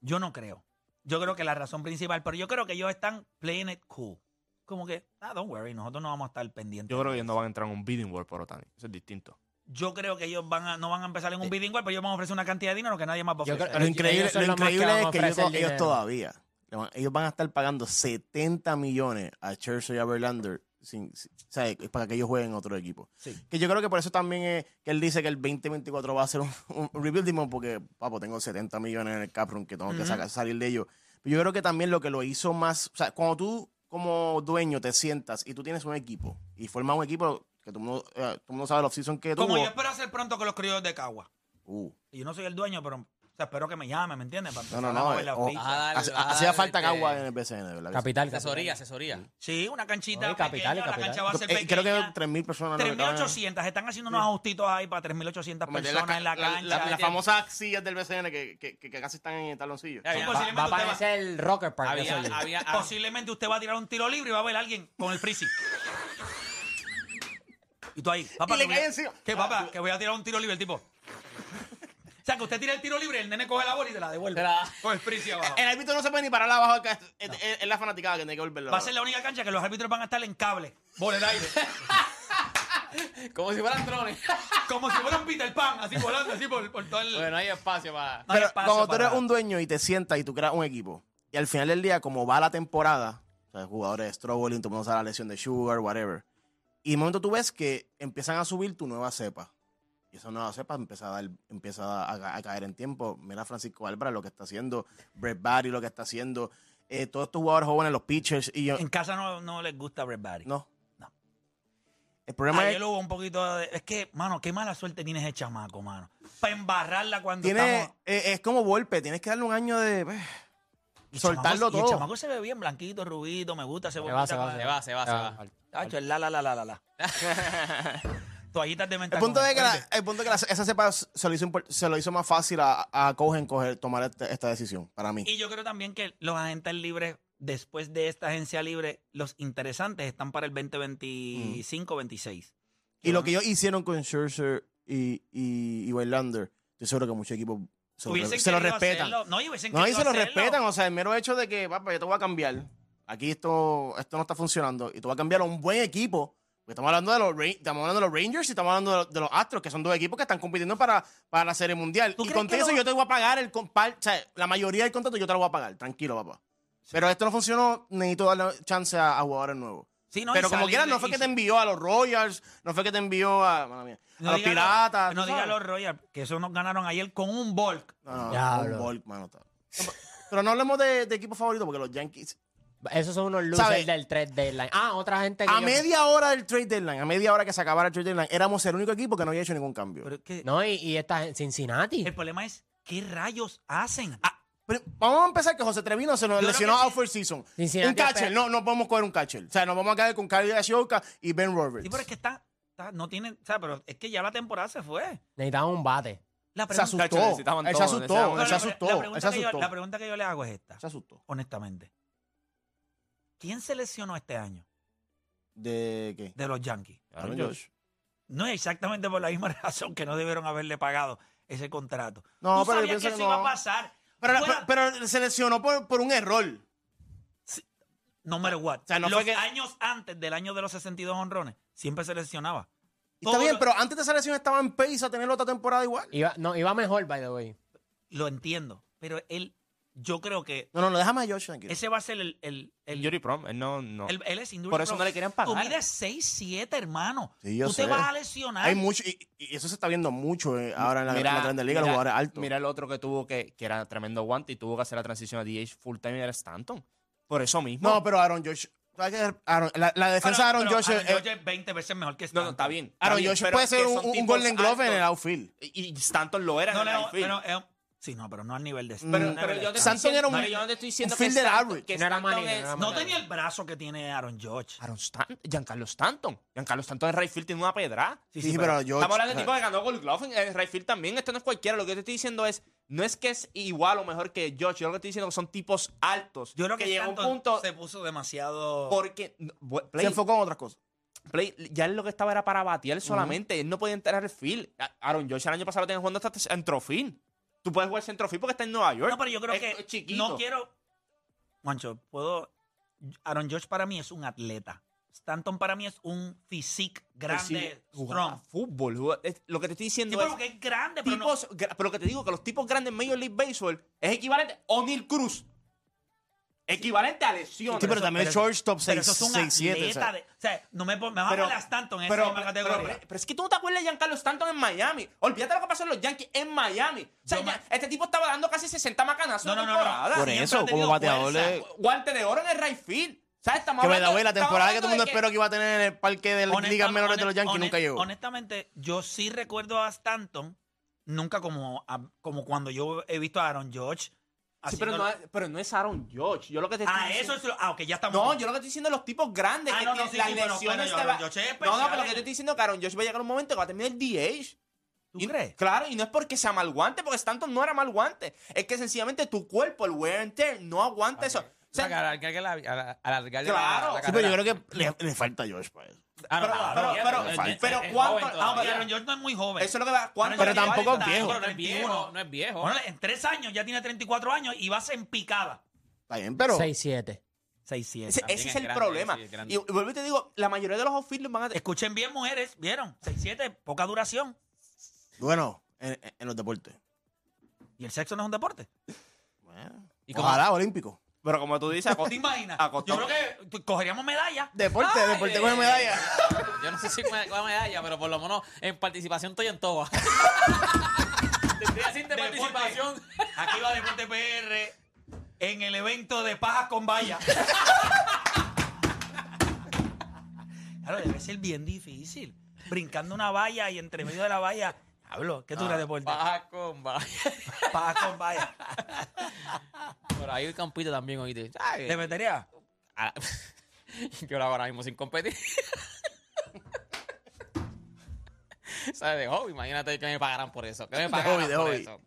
Speaker 3: Yo no creo. Yo creo que la razón principal, pero yo creo que ellos están playing it cool. Como que, ah, don't worry, nosotros no vamos a estar pendientes.
Speaker 5: Yo creo que ellos no van a entrar en un bidding war por Otani. Eso es distinto.
Speaker 3: Yo creo que ellos van a, no van a empezar en un bidding war, pero ellos van a ofrecer una cantidad de dinero que nadie más va a
Speaker 6: Yo
Speaker 3: ofrecer.
Speaker 6: creo-
Speaker 7: Lo
Speaker 6: Ellos
Speaker 7: increíble,
Speaker 6: son
Speaker 7: lo
Speaker 6: los más que
Speaker 7: increíble
Speaker 6: van a
Speaker 7: es que ellos,
Speaker 6: ofrecer
Speaker 7: ellos
Speaker 6: dinero.
Speaker 7: todavía, le van- ellos van a estar pagando 70 millones a Churchill y a Verlander sin, sin- ¿sabes? para que ellos jueguen en otro equipo.
Speaker 3: Sí.
Speaker 7: Que yo creo que por eso también es que él dice que el 2024 va a ser un, un rebuilding mode, porque, papo, tengo 70 millones en el Capron que tengo que sacar, salir de ellos. Pero yo creo que también lo que lo hizo más, o sea, cuando tú como dueño te sientas y tú tienes un equipo y formas un equipo que todo el mundo, eh, todo el mundo sabe la off-season que
Speaker 3: Como
Speaker 7: tuvo.
Speaker 3: yo espero hacer pronto con los criollos de Cagua.
Speaker 7: Uh,
Speaker 3: Y Yo no soy el dueño, pero o sea, espero que me llamen, ¿me entiendes? Para
Speaker 7: no, no,
Speaker 3: empezar a
Speaker 7: no.
Speaker 3: mover
Speaker 7: eh,
Speaker 3: la
Speaker 7: o-
Speaker 3: ficha.
Speaker 4: Ah, dale,
Speaker 7: hace-
Speaker 4: dale,
Speaker 7: hacía falta
Speaker 4: este-
Speaker 7: Cagua en el BCN, de ¿verdad? que sí?
Speaker 6: Capital.
Speaker 4: Asesoría,
Speaker 6: capital.
Speaker 4: asesoría.
Speaker 3: Sí, una canchita
Speaker 6: No, y capital,
Speaker 3: pequeña,
Speaker 6: capital.
Speaker 3: la cancha va a ser
Speaker 7: Eh, creo que
Speaker 3: pequeña.
Speaker 7: 3.000 personas. ¿no? Que caben.
Speaker 3: 3.800, están haciendo unos ajustitos ahí para 3.800
Speaker 7: Como meter la
Speaker 3: personas en la
Speaker 7: ca- la-
Speaker 3: cancha.
Speaker 7: la- Las famosas sillas del BCN que, que, que- que casi están en el taloncillo.
Speaker 4: Ya,
Speaker 3: Sí,
Speaker 4: ya.
Speaker 3: pues,
Speaker 6: Va, va a
Speaker 3: Posiblemente usted
Speaker 6: aparecer el Rocker Park.
Speaker 4: Había,
Speaker 6: eso yo.
Speaker 4: había, ah,
Speaker 3: Posiblemente usted va a tirar un tiro libre y va a ver a alguien con el freezy. y tú ahí, papá,
Speaker 7: Y le
Speaker 3: que voy
Speaker 7: cae
Speaker 3: a-
Speaker 7: encima.
Speaker 3: que
Speaker 4: Ah,
Speaker 3: papá, que voy a tirar un tiro libre, el tipo. O sea, que usted tira el tiro libre, el nene coge la bola y te la devuelve.
Speaker 4: Te la-
Speaker 3: Con el freezy abajo.
Speaker 7: El árbitro no se puede ni parar abajo. acá. Es, es- es la fanaticada que tiene que volverlo.
Speaker 3: Va a ser la única cancha que los árbitros van a estar en cable. Bola en aire.
Speaker 4: como si fueran drones.
Speaker 3: Como si fuera un Peter Pan, así volando, así por, por todo el...
Speaker 4: Porque no hay espacio para.
Speaker 3: no hay
Speaker 7: Pero
Speaker 3: espacio
Speaker 7: cuando tú
Speaker 3: para-
Speaker 7: eres un dueño y te sientas y tú creas un equipo, y al final del día, como va la temporada, o sea, jugadores de Strobling, tú la lesión de Sugar, whatever. Y de momento tú ves que empiezan a subir tu nueva cepa. Y esa nueva cepa empieza a, dar- empieza a, ca- a caer en tiempo. Mira a Francisco Álvarez lo que está haciendo, Brett Barry lo que está haciendo, eh, todos estos jugadores jóvenes, los pitchers. Y yo,
Speaker 3: En casa no, no les gusta Brett Barry.
Speaker 7: no.
Speaker 3: No.
Speaker 7: El problema
Speaker 3: Ayer
Speaker 7: es
Speaker 3: hubo un poquito de... Es que, mano, qué mala suerte tienes ese chamaco, mano. Para embarrarla cuando
Speaker 7: tiene,
Speaker 3: estamos...
Speaker 7: eh, es como golpe, tienes que darle un año de eh,
Speaker 3: Y
Speaker 7: soltarlo
Speaker 3: chamaco- Y el
Speaker 7: todo.
Speaker 3: chamaco se ve bien, blanquito, rubito, me gusta. Se
Speaker 6: Se va, se va,
Speaker 4: Se va, se
Speaker 6: Ah,
Speaker 4: va, se
Speaker 3: Ah.
Speaker 4: va.
Speaker 3: Tacho, el la, la, la, la, la, la. Toallitas de menta.
Speaker 7: El punto
Speaker 3: con-
Speaker 7: es que, la- el punto es que la- esa cepa se lo hizo, impor- se lo hizo más fácil a, a Cohen coger, tomar este- esta decisión, para mí.
Speaker 3: Y yo creo también que los agentes libres, después de esta agencia libre, los interesantes están para el 2025,
Speaker 7: Mm.
Speaker 3: 26.
Speaker 7: Y lo que ellos hicieron con Scherzer y, y, y Verlander, yo seguro que muchos equipos se lo,
Speaker 3: Hubiesen
Speaker 7: se lo
Speaker 3: querido
Speaker 7: respetan.
Speaker 3: hacerlo. No, y hubiesen
Speaker 7: No, y
Speaker 3: querido
Speaker 7: se lo
Speaker 3: hacerlo.
Speaker 7: respetan. O sea, el mero hecho de que, papá, yo te voy a cambiar. Aquí esto, esto no está funcionando. Y tú vas a cambiar a un buen equipo. Porque estamos hablando de los, Ra- estamos hablando de los Rangers y estamos hablando de los, de los Astros, que son dos equipos que están compitiendo para, para la Serie Mundial.
Speaker 3: ¿Tú
Speaker 7: Y
Speaker 3: crees
Speaker 7: con
Speaker 3: que
Speaker 7: eso
Speaker 3: lo-
Speaker 7: yo te voy a pagar el compar, o sea, la mayoría del contrato yo te lo voy a pagar. Tranquilo, papá. Pero esto no funcionó, necesito darle chance a, a jugadores nuevos.
Speaker 3: Sí, no, y
Speaker 7: Pero como
Speaker 3: salirle-
Speaker 7: quieras, no fue
Speaker 3: y-
Speaker 7: que te envió a los Royals, no fue que te envió a, mala mía,
Speaker 3: no
Speaker 7: a los
Speaker 3: diga
Speaker 7: Piratas.
Speaker 3: No
Speaker 7: ¿tú
Speaker 3: diga
Speaker 7: sabes?
Speaker 3: los Royals, que eso nos ganaron ayer con un bulk.
Speaker 7: No, no,
Speaker 6: Ya,
Speaker 7: un
Speaker 6: bro.
Speaker 7: Volk, mano, está- Pero no hablemos de, de equipo favorito porque los Yankees.
Speaker 6: Esos son unos losers
Speaker 7: ¿Sabe?
Speaker 6: del 3 deadline. Ah, otra gente que
Speaker 7: A
Speaker 6: yo-
Speaker 7: media hora del trade deadline, a media hora que se acabara el trade deadline, éramos el único equipo que no había hecho ningún cambio.
Speaker 3: Pero es que
Speaker 6: No, y, y esta gente, Cincinnati.
Speaker 3: el problema es, ¿qué rayos hacen?
Speaker 7: Ah, pero vamos a empezar que José Trevino se nos
Speaker 3: Yo creo
Speaker 7: lesionó
Speaker 3: que sí.
Speaker 7: out for season.
Speaker 6: Cincinnati
Speaker 7: un catcher,
Speaker 6: espera-
Speaker 7: no, no podemos coger un catcher. O sea, nos vamos a quedar con Kyle Ashoka y Ben Roberts.
Speaker 3: Sí, pero es que está, está- no tienen, o sea, pero es que ya la temporada se fue.
Speaker 6: Necesitaban un bate.
Speaker 3: La
Speaker 7: se
Speaker 3: pregunta-
Speaker 7: asustó.
Speaker 5: Cacho, necesitaban
Speaker 7: él se
Speaker 5: todo,
Speaker 7: asustó,
Speaker 5: necesitaban-
Speaker 7: él se
Speaker 3: Pero la- la
Speaker 7: asustó, él se
Speaker 3: pregunta que yo-
Speaker 7: asustó.
Speaker 3: La pregunta que yo le hago es esta,
Speaker 7: Se asustó.
Speaker 3: honestamente. ¿Quién se lesionó este año
Speaker 7: ¿De qué?
Speaker 3: de los Yankees?
Speaker 7: Aaron Judge.
Speaker 3: No es exactamente por la misma razón que no debieron haberle pagado ese contrato.
Speaker 7: No,
Speaker 3: Tú
Speaker 7: pero yo
Speaker 3: sabías
Speaker 7: pienso
Speaker 3: que
Speaker 7: que
Speaker 3: eso iba
Speaker 7: no.
Speaker 3: a pasar.
Speaker 7: Pero,
Speaker 3: Fuera-
Speaker 7: pero- pero se lesionó por, por un error.
Speaker 3: no matter what.
Speaker 7: sea, no
Speaker 3: los
Speaker 7: fue que-
Speaker 3: años antes del año de los 62 honrones, siempre se lesionaba.
Speaker 7: Y
Speaker 3: Todo
Speaker 7: Está bien,
Speaker 3: lo-
Speaker 7: pero antes de esa lesión estaba en pace a tener otra temporada igual.
Speaker 6: Iba, no, iba mejor, by the way.
Speaker 3: Lo entiendo, pero él, yo creo que
Speaker 7: No, no, no, déjame a Josh tranquilo.
Speaker 3: ese va a ser el... el, el-
Speaker 5: Jury Prom, él no, no.
Speaker 3: el- él es injury
Speaker 5: Por eso
Speaker 3: prone.
Speaker 5: no le querían
Speaker 3: Tú
Speaker 5: pagar.
Speaker 3: mides 6, 7, hermano.
Speaker 7: Sí, yo
Speaker 3: Tú
Speaker 7: sé.
Speaker 3: te vas a lesionar.
Speaker 7: Hay mucho, y, y eso se está viendo mucho eh, ahora en la, en la Grande Liga, los
Speaker 5: mira-
Speaker 7: jugadores altos.
Speaker 5: Mira el otro que tuvo que, que era tremendo guante y tuvo que hacer la transición a DH full time y era Stanton. Por eso mismo.
Speaker 7: no, pero Aaron Josh. la, la defensa de Aaron
Speaker 3: Pero
Speaker 7: Josh.
Speaker 3: Aaron
Speaker 7: eh,
Speaker 3: Judge es 20 veces mejor que
Speaker 5: No, no,
Speaker 3: Stanton.
Speaker 5: está bien. está
Speaker 7: Aaron
Speaker 5: bien,
Speaker 7: Josh
Speaker 5: pero
Speaker 7: puede
Speaker 5: es que
Speaker 7: ser
Speaker 5: son
Speaker 7: un, un
Speaker 5: tipos
Speaker 7: Golden Glove en el
Speaker 5: altos.
Speaker 7: outfield.
Speaker 5: Y, y Stanton lo era
Speaker 3: No,
Speaker 5: en el
Speaker 3: no,
Speaker 5: outfield.
Speaker 3: pero, eh, sí, no, pero no al nivel de
Speaker 5: Pero,
Speaker 3: Stanton.
Speaker 5: pero yo te estoy
Speaker 7: Mm. Stanton
Speaker 5: diciendo,
Speaker 7: era un-
Speaker 5: pero yo no te estoy diciendo
Speaker 7: un
Speaker 5: que
Speaker 7: fielder
Speaker 5: Stanton-
Speaker 7: average.
Speaker 5: que
Speaker 6: No era
Speaker 5: Stanton
Speaker 6: Manning,
Speaker 5: es-
Speaker 6: era Manning.
Speaker 3: No tenía el brazo que tiene Aaron George.
Speaker 5: Aaron Stanton, Giancarlo Stanton. Giancarlo Stanton en right field tiene una pedra.
Speaker 7: Sí, sí, pero Josh.
Speaker 5: Estamos hablando de
Speaker 7: o sea,
Speaker 5: tipo que ganó Gold Glove en el right field también. Esto no es cualquiera. Lo que yo te estoy diciendo es, no es que es igual o mejor que Josh. Yo lo que estoy diciendo son tipos altos.
Speaker 3: Yo creo que,
Speaker 5: llegó un
Speaker 3: Stanton
Speaker 5: punto
Speaker 3: se puso demasiado...
Speaker 5: porque... no, bu- Play,
Speaker 7: Se enfocó en otras cosas.
Speaker 5: Play, ya él lo que estaba era para batear solamente. Él no podía entrar al field. A- Aaron Josh el año pasado lo tenía jugando hasta centrofil. Tú puedes jugar centrofil porque está en Nueva York.
Speaker 3: No, pero yo creo
Speaker 5: Es-
Speaker 3: que
Speaker 5: es chiquito.
Speaker 3: no quiero. Mancho, puedo. Aaron George para mí es un atleta. Stanton para mí es un physique
Speaker 5: Pues sí,
Speaker 3: grande,
Speaker 5: jugaba
Speaker 3: strong.
Speaker 5: fútbol. jugaba- es- lo que te estoy
Speaker 3: Sí,
Speaker 5: diciendo es...
Speaker 3: pero que es grande, pero no-
Speaker 5: tipos, gra- pero que te digo que los tipos grandes en Major League Baseball es equivalente a O'Neill Cruz. Equivalente a lesiones.
Speaker 7: Sí, pero también el shortstop
Speaker 3: pero eso es un
Speaker 7: 6-7. o
Speaker 3: atleta.
Speaker 7: sea.
Speaker 3: de- O sea, no me, pon- me vas a
Speaker 5: Pero-
Speaker 3: poner a Stanton en
Speaker 5: pero-
Speaker 3: esa misma
Speaker 5: pero-
Speaker 3: categoría.
Speaker 5: pero- pero es que tú no te acuerdas de Giancarlo Stanton en Miami. Olvídate lo que pasó en los Yankees en Miami. O sea,
Speaker 3: Yo
Speaker 5: ya-
Speaker 3: me-
Speaker 5: este tipo estaba dando casi 60 macanazos
Speaker 3: No,
Speaker 5: en la
Speaker 3: no, no, no.
Speaker 5: temporada.
Speaker 7: Por
Speaker 3: siempre
Speaker 7: eso,
Speaker 3: ha tenido
Speaker 7: como bateador.
Speaker 3: fuerza.
Speaker 7: eh,
Speaker 5: Guante de oro en el right field. ¿Sabes? Estamos
Speaker 7: Que me
Speaker 5: hablando-
Speaker 7: da la
Speaker 5: estamos
Speaker 7: temporada que todo el mundo
Speaker 5: hablando de
Speaker 7: esperó que iba a tener en el parque de las
Speaker 3: Honesta-
Speaker 7: ligas menores de
Speaker 3: honest-
Speaker 7: los Yankees
Speaker 3: honest-
Speaker 7: nunca llegó.
Speaker 3: Honestamente, yo sí recuerdo a Stanton, nunca como, a- como cuando yo he visto a Aaron George.
Speaker 5: Sí, pero, no,
Speaker 3: haciéndolo-
Speaker 5: pero no es Aaron George. Yo lo que te estoy
Speaker 3: Ah,
Speaker 5: diciendo-
Speaker 3: eso es. lo- Ah, ok, ya estamos.
Speaker 5: No, yo lo que estoy diciendo es los tipos grandes
Speaker 3: Ah,
Speaker 5: que
Speaker 3: no, no,
Speaker 5: tienen
Speaker 3: sí,
Speaker 5: las
Speaker 3: sí, pero
Speaker 5: lesiones.
Speaker 3: coño,
Speaker 5: te va-
Speaker 3: Aaron Judge es
Speaker 5: No, no, pero lo
Speaker 3: especial.
Speaker 5: que yo te estoy diciendo es que Aaron Josh va a llegar un momento que va a terminar el DH.
Speaker 3: ¿Tú
Speaker 5: Y-
Speaker 3: crees?
Speaker 5: Claro, y no es porque sea mal guante, porque Stanton no era mal guante. Es que sencillamente tu cuerpo, el wear and tear, no aguanta eso. O
Speaker 4: O
Speaker 5: sea,
Speaker 4: sea, que alargar que la- al- alargarle la-
Speaker 5: Claro.
Speaker 4: la
Speaker 5: Sí,
Speaker 7: Sí, pero
Speaker 4: carrera.
Speaker 7: yo creo que le, le falta a pues. Josh para eso.
Speaker 4: Ah, no,
Speaker 5: pero-
Speaker 4: claro,
Speaker 5: pero-
Speaker 4: bien,
Speaker 5: pero-
Speaker 4: es-
Speaker 5: pero-
Speaker 4: es-
Speaker 5: pero
Speaker 4: es
Speaker 5: ¿cuánto-
Speaker 4: joven todavía.
Speaker 5: ah, pero-
Speaker 3: Aaron George no es muy joven.
Speaker 5: eso es lo que va. ¿cuánto
Speaker 7: Pero
Speaker 5: le
Speaker 7: tampoco
Speaker 5: falta?
Speaker 7: es viejo.
Speaker 4: No, no es viejo, no es viejo.
Speaker 3: Bueno, en tres años ya tiene 34 años y vas en picada.
Speaker 7: Está bien, pero.
Speaker 6: 6-7.
Speaker 3: 6-7.
Speaker 5: Ese,
Speaker 4: También
Speaker 5: ese es
Speaker 4: es
Speaker 5: el
Speaker 4: grande,
Speaker 5: problema.
Speaker 4: sí, es grande.
Speaker 5: y vuelvo y te digo, la mayoría de los outfielders van a.
Speaker 3: Escuchen bien, mujeres, ¿vieron? 6-7, poca duración.
Speaker 7: Bueno, en, en los deportes.
Speaker 3: Y el sexo no es un deporte.
Speaker 7: Bueno.
Speaker 4: ¿Y cómo-
Speaker 7: Ojalá, olímpico.
Speaker 5: Pero como tú dices,
Speaker 3: ¿Te imaginas? Yo
Speaker 5: Acostado.
Speaker 3: creo que t- cogeríamos medalla.
Speaker 7: Deporte,
Speaker 4: Ay,
Speaker 7: deporte
Speaker 4: eh.
Speaker 7: con medalla.
Speaker 4: Yo no sé si me la medalla, pero por lo menos en participación estoy en todas. Tendría cinta de
Speaker 3: Deporte.
Speaker 4: participación.
Speaker 3: Aquí va Deporte PR en el evento de pajas con vallas. claro, debe ser bien difícil. Brincando una valla y entre medio de la valla. Hablo, ¿qué tú eres deporte?
Speaker 4: Baja con baja.
Speaker 3: Pajas con vallas.
Speaker 4: Pero hay un campito también, oíste.
Speaker 3: ¿Te
Speaker 4: Ay,
Speaker 3: meterías?
Speaker 4: ah, Yo lo hago ahora mismo sin competir. ¿Sabes? De hobby, imagínate que me pagaran por eso. Que me pagaran
Speaker 7: hobby, de
Speaker 4: por
Speaker 7: hobby.
Speaker 4: eso.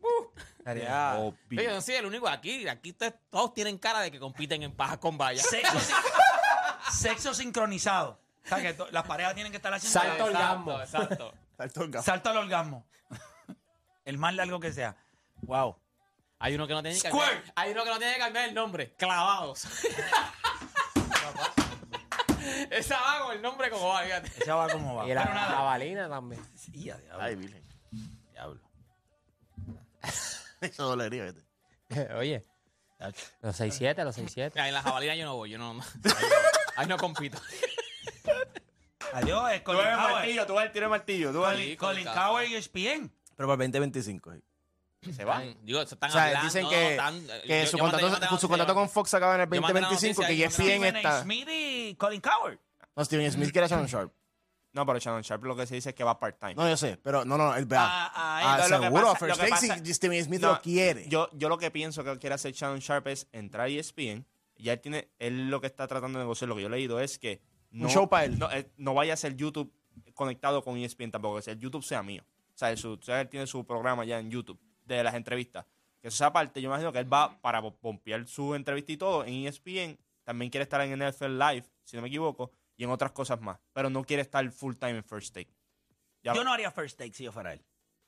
Speaker 3: Estaría-
Speaker 4: Oye, Yo no soy el único aquí. Aquí te- todos tienen cara de que compiten en pajas con vallas.
Speaker 3: Sexo, sin- sexo sincronizado. O sea, que to- las parejas tienen que estar haciendo
Speaker 6: Salto al
Speaker 4: Exacto,
Speaker 6: gambo.
Speaker 4: exacto.
Speaker 7: Saltó el gafo.
Speaker 3: salto al orgasmo. El más largo que sea. Wow.
Speaker 4: Hay uno que no tiene que
Speaker 3: Squirt.
Speaker 4: cambiar. Hay uno que no tiene que cambiar el nombre. Clavados. Esa va con el nombre como va, fíjate.
Speaker 3: Esa va como va.
Speaker 6: Y la, la balina también.
Speaker 3: Y a diablo.
Speaker 7: Ay, virgen.
Speaker 3: diablo.
Speaker 7: Eso dolería, vete.
Speaker 6: Oye. Los 6-7, los 6-7.
Speaker 4: Mira, En la jabalina yo no voy, yo no. no. Ahí no compito.
Speaker 3: Adiós, es
Speaker 5: Tú
Speaker 3: Colin
Speaker 5: ves el
Speaker 3: Coward.
Speaker 5: martillo, tú ves el tiro de martillo. Tú ves el-
Speaker 3: Colin, Colin Coward y ESPN.
Speaker 7: Pero para el 2025. eh.
Speaker 5: Se va.
Speaker 4: Digo, se están
Speaker 7: O sea,
Speaker 4: hablando.
Speaker 7: dicen que,
Speaker 4: están-
Speaker 7: que
Speaker 4: yo-
Speaker 7: su,
Speaker 4: yo
Speaker 7: contrato,
Speaker 4: mandé- yo mandé
Speaker 7: su
Speaker 4: noticia.
Speaker 7: contrato con Fox acaba en el
Speaker 4: Yo mandé la
Speaker 7: 2025 que E
Speaker 4: noticia, yo mandé
Speaker 7: ESPN
Speaker 4: la
Speaker 3: Steven A.
Speaker 7: está...
Speaker 3: Smith y Colin Coward.
Speaker 7: No, Steven Smith quiere a Shannon Sharp.
Speaker 5: No, pero Shannon Sharp lo que se dice es que va part-time.
Speaker 7: No, yo sé, pero no, no, él va.
Speaker 3: Ah, ah,
Speaker 7: Ah,
Speaker 5: no, lo que
Speaker 7: seguro,
Speaker 5: pasa-
Speaker 7: First
Speaker 5: lo que
Speaker 7: Take,
Speaker 5: pasa-
Speaker 7: si Steven Smith
Speaker 5: No,
Speaker 7: lo quiere.
Speaker 5: Yo, yo lo que pienso que quiere hacer Shannon Sharp es entrar a E ESPN. Ya él tiene, él lo que está tratando de negociar, lo que yo he leído es que no,
Speaker 7: show pa' él.
Speaker 5: No, eh, no vaya a ser YouTube conectado con E ESPN tampoco, que sea el YouTube sea mío. O sea, el su- o sea, él tiene su programa ya en YouTube de las entrevistas. Que eso sea parte, yo imagino que él va para po- pompear su entrevista y todo en E ESPN. También quiere estar en NFL Live, si no me equivoco, y en otras cosas más. Pero no quiere estar full time en First Take. Ya-
Speaker 3: Yo no haría first take si yo fuera él.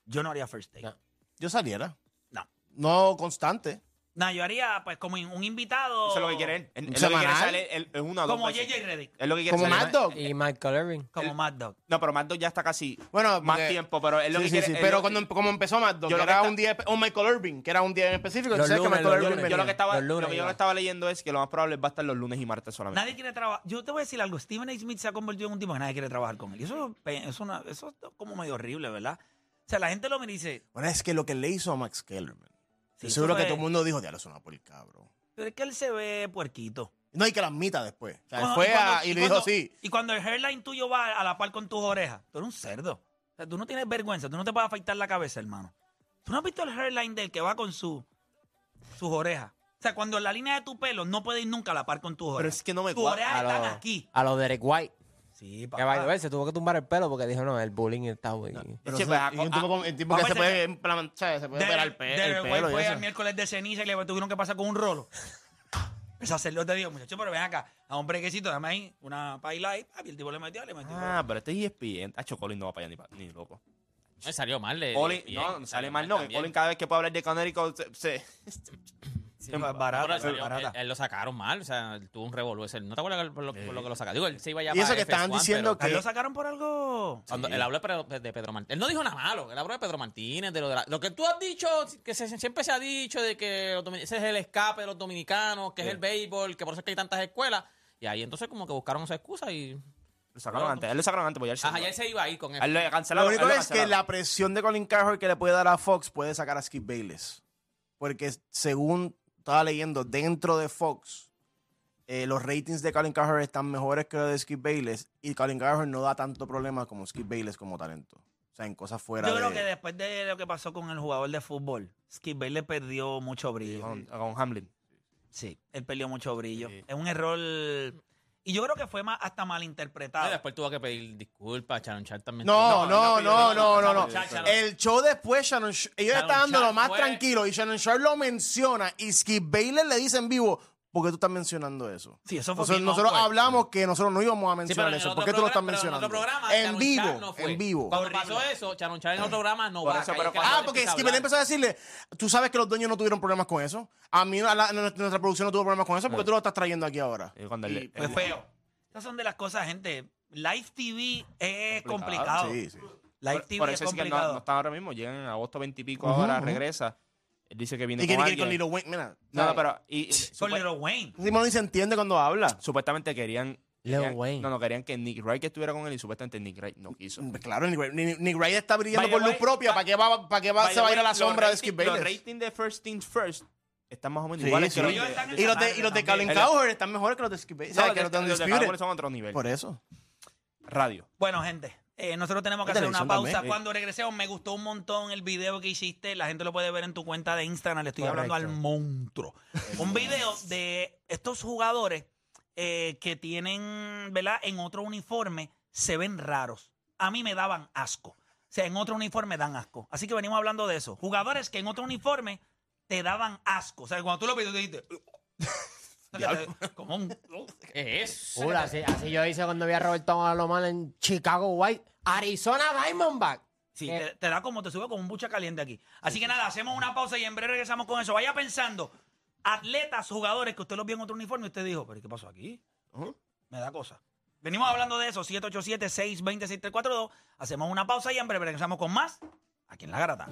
Speaker 3: Yo no haría first take.
Speaker 6: No.
Speaker 3: No,
Speaker 7: Yo saliera.
Speaker 3: No.
Speaker 7: No constante.
Speaker 3: yo haría pues como un invitado.
Speaker 5: Eso es lo que quiere él.
Speaker 7: ¿Un
Speaker 5: Él- él lo que quiere
Speaker 7: semanal?
Speaker 5: sale él- es una o dos
Speaker 3: Como
Speaker 5: veces.
Speaker 3: JJ Reddick,
Speaker 5: Es lo que quiere
Speaker 7: Como
Speaker 5: salir.
Speaker 7: Mad Dog.
Speaker 6: Y Michael Irving.
Speaker 3: como Mad Dog.
Speaker 5: No, pero Mad Dog ya está casi
Speaker 7: Bueno,
Speaker 5: más
Speaker 7: porque-
Speaker 5: tiempo, pero es lo
Speaker 7: Sí,
Speaker 5: que
Speaker 7: sí,
Speaker 5: quiere-
Speaker 7: sí,
Speaker 5: es
Speaker 7: pero
Speaker 5: lo-
Speaker 7: cuando, como empezó Mad Dog,
Speaker 5: Yo
Speaker 7: que
Speaker 5: lo que
Speaker 7: era
Speaker 5: está-
Speaker 7: un día, o Michael Irving, que era un día en específico.
Speaker 6: Los
Speaker 7: tú sabes que
Speaker 6: lunes,
Speaker 7: Michael
Speaker 6: los
Speaker 7: Irving
Speaker 6: lunes.
Speaker 5: yo lo que
Speaker 7: venía.
Speaker 5: estaba,
Speaker 6: Los
Speaker 5: lo
Speaker 6: lunes
Speaker 5: que yo
Speaker 6: ya.
Speaker 5: lo estaba leyendo es que lo más probable va a estar los lunes y martes solamente.
Speaker 3: Nadie quiere trabajar. Yo te voy a decir algo. Steven A. Smith se ha convertido en un tipo que nadie quiere trabajar con él. Y eso, pe- es una, eso es como medio horrible, ¿verdad? O sea, la gente lo mira y dice.
Speaker 7: Bueno, es que lo que le hizo a Max Kellerman. Yo
Speaker 3: sí, eso
Speaker 7: seguro que
Speaker 3: fue-
Speaker 7: todo el mundo dijo, ya lo sonó por el cabrón.
Speaker 3: Pero es que él se ve puerquito.
Speaker 7: No, y que lo admita después. O sea,
Speaker 3: Cuando-
Speaker 7: fue
Speaker 3: cuando-
Speaker 7: a- y le dijo,
Speaker 3: cuando-
Speaker 7: sí.
Speaker 3: Y cuando el hairline tuyo va a la par con tus orejas, tú eres un cerdo. O sea, tú no tienes vergüenza, tú no te puedes afeitar la cabeza, hermano. Tú no has visto el hairline del que va con su, sus orejas. O sea, cuando la línea de tu pelo no puede ir nunca a la par con tus orejas.
Speaker 5: Pero es que no me
Speaker 3: Tus
Speaker 5: cuadra-
Speaker 3: orejas
Speaker 6: a
Speaker 3: están
Speaker 6: lo-
Speaker 3: aquí. Ah.
Speaker 6: A lo Derek White.
Speaker 3: Sí,
Speaker 6: Que by the way, se tuvo que tumbar el pelo porque dijo, no, el bullying está...
Speaker 7: Pero,
Speaker 5: Sí,
Speaker 7: o
Speaker 5: pues,
Speaker 7: sea,
Speaker 5: a-
Speaker 7: y un tipo, con- el tipo
Speaker 3: a-
Speaker 7: que
Speaker 3: a-
Speaker 7: se puede, implan- o sea, se puede operar el, pe- el
Speaker 3: Derek White
Speaker 7: pelo. y
Speaker 3: fue
Speaker 7: eso.
Speaker 3: al miércoles de ceniza y le tuvieron que pasar con un rolo. El sacerdote dijo, muchacho, pero ven acá, a un brequecito, dame ahí una paila ahí, papi, el tipo le metió, le metió.
Speaker 5: Ah, pero este es ESPN. Tacho, Colin no va para allá ni, pa- ni loco.
Speaker 4: No, salió mal. eh,
Speaker 5: Colin,
Speaker 4: bien,
Speaker 5: no, no sale mal, no. Que
Speaker 4: también.
Speaker 5: Colin cada vez que puede hablar de Connecticut se... se-
Speaker 3: Sí, barata,
Speaker 4: Pero salió-
Speaker 3: barata.
Speaker 4: Él, él lo sacaron mal, o sea, él tuvo un revolú ese. ¿No te acuerdas por lo, por lo que lo sacaron? Digo, él se iba ya
Speaker 7: Y eso
Speaker 4: para
Speaker 7: que estaban
Speaker 4: FS1,
Speaker 7: diciendo
Speaker 4: pero
Speaker 3: ¿A él
Speaker 7: que-
Speaker 3: lo sacaron por algo?
Speaker 4: cuando Él habló de Pedro- de Pedro Martínez. Él no dijo nada malo. Él habló de Pedro Martínez, de lo, de la- lo que tú has dicho, que se- siempre se ha dicho de que los domin- ese es el escape de los dominicanos, que es el béisbol, que por eso es que hay tantas escuelas. Y ahí entonces como que buscaron esa excusa y...
Speaker 5: Lo sacaron antes. Él lo sacaron antes, pues ya él se-
Speaker 4: Ajá, ya él se iba ahí con
Speaker 5: A él
Speaker 4: él.
Speaker 5: lo cancelaron.
Speaker 7: Lo único
Speaker 5: a él lo
Speaker 7: es que
Speaker 5: cancelaron.
Speaker 7: la presión de Colin Cowherd que le puede dar a Fox puede sacar a Skip Bayless. Porque según estaba leyendo, dentro de Fox, eh, los ratings de Colin Cowherd están mejores que los de Skip Bayless. Y Colin Cowherd no da tanto problema como Skip Bayless como talento. O sea, en cosas fuera
Speaker 3: Yo
Speaker 7: de...
Speaker 3: creo que después de lo que pasó con el jugador de fútbol, Skip Bay le perdió mucho brillo.
Speaker 5: Con, con Hamlin.
Speaker 3: Sí, él perdió mucho brillo.
Speaker 5: Sí.
Speaker 3: Es un error. Y yo creo que fue más hasta
Speaker 4: Y
Speaker 3: malinterpretado.
Speaker 4: después tuvo que pedir disculpas, Charon Char también.
Speaker 7: No, no, no, no, no, Eh, no.
Speaker 4: Shannon Sharp.
Speaker 7: El show después, Shannon Sh- ellos
Speaker 4: Shannon
Speaker 7: estaban dando lo
Speaker 4: Sharp
Speaker 7: más
Speaker 4: fue-
Speaker 7: tranquilo y Shannon Sharp lo menciona y Skip Bayless le dice en vivo, ¿por qué tú estás mencionando eso?
Speaker 3: Sí, eso fue
Speaker 7: Nosotros,
Speaker 3: bien
Speaker 7: nosotros
Speaker 3: awkward.
Speaker 7: hablamos que nosotros no íbamos a
Speaker 4: Sí, pero
Speaker 7: mencionar
Speaker 4: en el
Speaker 7: eso.
Speaker 4: otro
Speaker 7: ¿Por qué tú lo estás
Speaker 4: programa- pero
Speaker 7: mencionando?
Speaker 4: En, otro programa,
Speaker 7: en
Speaker 4: Charon
Speaker 7: vivo,
Speaker 4: Char no fue.
Speaker 7: en vivo.
Speaker 4: Cuando pasó eso, Charon Char en otro programa no
Speaker 5: Por
Speaker 4: va.
Speaker 5: eso,
Speaker 4: que
Speaker 5: pero
Speaker 4: ahí que
Speaker 5: cuando-
Speaker 4: la
Speaker 7: Ah,
Speaker 4: gente
Speaker 7: porque
Speaker 4: empieza a
Speaker 7: Skip Bayless
Speaker 4: hablar.
Speaker 7: empezó a decirle, tú sabes que los dueños no tuvieron problemas con eso. A mí a la- a nuestra nuestra producción no tuvo problemas con eso, ¿por qué tú lo estás trayendo aquí ahora?
Speaker 5: Y eh, cuando él-
Speaker 7: Y-
Speaker 5: él-
Speaker 3: Fue feo. Estas son de las cosas, gente. Live TV es
Speaker 5: Ah,
Speaker 3: complicado.
Speaker 7: Sí, sí.
Speaker 3: Live
Speaker 5: por-
Speaker 3: TV
Speaker 5: por
Speaker 3: es
Speaker 5: eso es que no,
Speaker 3: complicado.
Speaker 5: no están ahora mismo. Llegan en agosto 20 y pico ahora, regresa. Él dice que viene
Speaker 7: Y que
Speaker 5: con
Speaker 7: ni que con
Speaker 5: alguien.
Speaker 7: Lil Wayne, mira.
Speaker 5: No, no,
Speaker 7: ¿sabes?
Speaker 5: pero... Y, y-
Speaker 3: Con
Speaker 5: supe-
Speaker 3: Little Wayne.
Speaker 7: Ese tipo ni se entiende cuando habla.
Speaker 5: supuestamente querían...
Speaker 6: Lil
Speaker 5: querían-
Speaker 6: Wayne.
Speaker 5: No, no, querían que Nick Wright estuviera con él y supuestamente Nick Wright no quiso.
Speaker 7: Pues Claro, Nick Wright- Nick Nick Wright está brillando
Speaker 5: By the
Speaker 7: por luz
Speaker 5: way,
Speaker 7: propia.
Speaker 5: by-
Speaker 7: ¿Para qué, va, para qué va, se va a ir a la sombra de Skip
Speaker 5: Los
Speaker 7: Bayless?
Speaker 5: ratings de First Things First están más o menos
Speaker 7: Sí,
Speaker 5: iguales
Speaker 7: sí.
Speaker 5: que
Speaker 3: Ellos
Speaker 5: los
Speaker 3: están en
Speaker 5: de...
Speaker 7: Y los de, y los de Colin
Speaker 5: También.
Speaker 7: Cowherd están mejores que los de Skip Bayless.
Speaker 5: No,
Speaker 7: ¿Sabes?
Speaker 5: los
Speaker 7: Que los de
Speaker 5: de- los de
Speaker 7: Undisputed.
Speaker 5: Cowboys son otro nivel.
Speaker 7: Por eso.
Speaker 5: Radio.
Speaker 3: Bueno, gente, eh, nosotros tenemos que
Speaker 7: La
Speaker 3: hacer una
Speaker 7: televisión
Speaker 3: pausa.
Speaker 7: también.
Speaker 3: Cuando regresemos, me gustó un montón el video que hiciste. La gente lo puede ver en tu cuenta de Instagram. Le estoy hablando al
Speaker 6: Correcto.
Speaker 3: monstruo. un video de estos jugadores eh, que tienen, ¿verdad? En otro uniforme se ven raros. A mí me daban asco. O sea, en otro uniforme dan asco. Así que venimos hablando de eso. Jugadores que en otro uniforme te daban asco. O sea, cuando tú lo pediste, dijiste... como un...
Speaker 4: ¿Qué es?
Speaker 6: Pura, así, así yo hice cuando vi a Roberto Alomar en Chicago White, Arizona Diamondback.
Speaker 3: Sí,
Speaker 6: Eh.
Speaker 3: te, te da como, te sube como un bucha caliente aquí. Así que nada, hacemos una pausa y en breve regresamos con eso. Vaya pensando, atletas, jugadores, que usted los vio en otro uniforme y usted dijo, pero ¿y ¿qué pasó aquí? Me da cosa. Venimos hablando de eso, 787-620-6342. Hacemos una pausa y en breve regresamos con más aquí en La Garata.